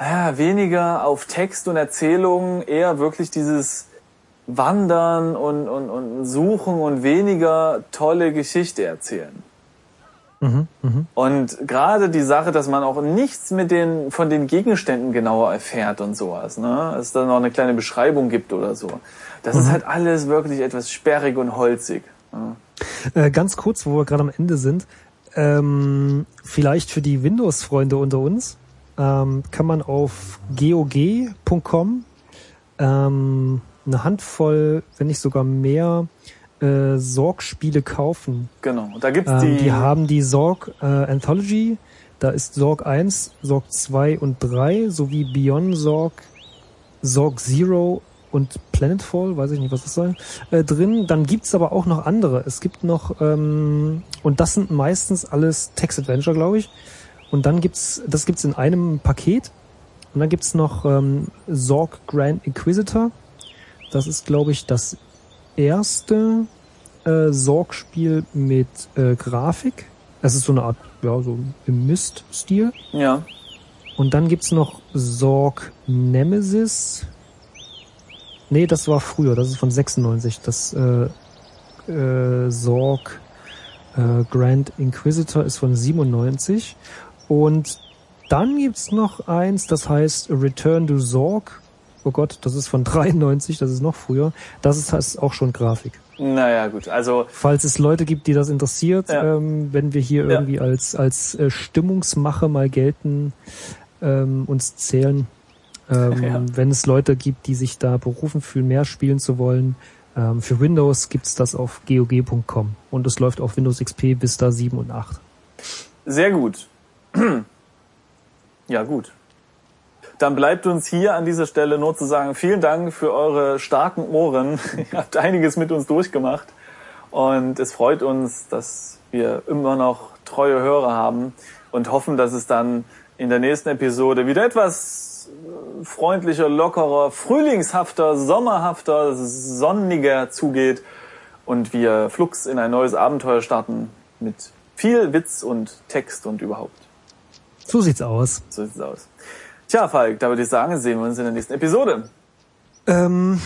Speaker 1: ja, Ah, weniger auf Text und Erzählung, eher wirklich dieses Wandern und, und, und Suchen und weniger tolle Geschichte erzählen.
Speaker 2: Mhm, mhm.
Speaker 1: Und gerade die Sache, dass man auch nichts mit den, von den Gegenständen genauer erfährt und sowas, ne? Dass es da noch eine kleine Beschreibung gibt oder so. Das
Speaker 2: Mhm.
Speaker 1: ist halt alles wirklich etwas sperrig und holzig. Ne?
Speaker 2: Äh, ganz kurz, wo wir gerade am Ende sind, ähm, vielleicht für die Windows-Freunde unter uns, ähm, kann man auf gog.com ähm, eine Handvoll, wenn nicht sogar mehr, äh, Sorg-Spiele kaufen.
Speaker 1: Genau. Da gibt's
Speaker 2: Ähm,
Speaker 1: die,
Speaker 2: die haben die Sorg äh, Anthology, da ist Sorg 1, Sorg 2 und 3 sowie Beyond Sorg, Sorg Zero und Planetfall, weiß ich nicht, was das soll, äh, drin. Dann gibt's aber auch noch andere. Es gibt noch, ähm, und das sind meistens alles Text-Adventure, glaube ich. Und dann gibt's, das gibt's in einem Paket. Und dann gibt's noch ähm, Sorg Grand Inquisitor. Das ist, glaube ich, das erste äh, Sorgspiel mit äh, Grafik. Es ist so eine Art, ja, so im Mist-Stil.
Speaker 1: ja.
Speaker 2: Und dann gibt's noch Sorg Nemesis. Nee, das war früher, das ist von 96. Das äh, äh, Sorg äh, Grand Inquisitor ist von 97. Und dann gibt's noch eins, das heißt Return to Sorg. Oh Gott, das ist von 93, das ist noch früher. Das ist heißt auch schon Grafik.
Speaker 1: Naja, gut. Also,
Speaker 2: Falls es Leute gibt, die das interessiert,
Speaker 1: Ja.
Speaker 2: ähm, wenn wir hier
Speaker 1: Ja.
Speaker 2: irgendwie als, als äh, Stimmungsmache mal gelten, ähm, uns zählen. Ähm,
Speaker 1: Ja.
Speaker 2: Wenn es Leute gibt, die sich da berufen fühlen, mehr spielen zu wollen, ähm, für Windows gibt's das auf gog.com und es läuft auf Windows XP bis da 7 und 8.
Speaker 1: Sehr gut. Ja, gut. Dann bleibt uns hier an dieser Stelle nur zu sagen, vielen Dank für eure starken Ohren. Ihr habt einiges mit uns durchgemacht. Und es freut uns, dass wir immer noch treue Hörer haben und hoffen, dass es dann in der nächsten Episode wieder etwas äh, freundlicher, lockerer, frühlingshafter, sommerhafter, sonniger zugeht und wir flugs in ein neues Abenteuer starten mit viel Witz und Text und überhaupt.
Speaker 2: So sieht's aus.
Speaker 1: So sieht's aus. Tja, Falk, da würde ich sagen, sehen wir uns in der nächsten Episode.
Speaker 2: Ähm,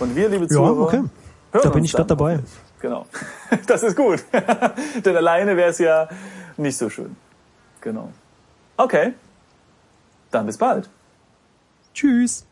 Speaker 1: Und wir, liebe
Speaker 2: ja,
Speaker 1: Zuhörer,
Speaker 2: okay.
Speaker 1: hören
Speaker 2: Da bin
Speaker 1: uns
Speaker 2: ich statt
Speaker 1: dann.
Speaker 2: dabei.
Speaker 1: Genau. Das ist gut. Denn alleine wäre es ja nicht so schön. Genau. Okay. Dann bis bald.
Speaker 2: Tschüss.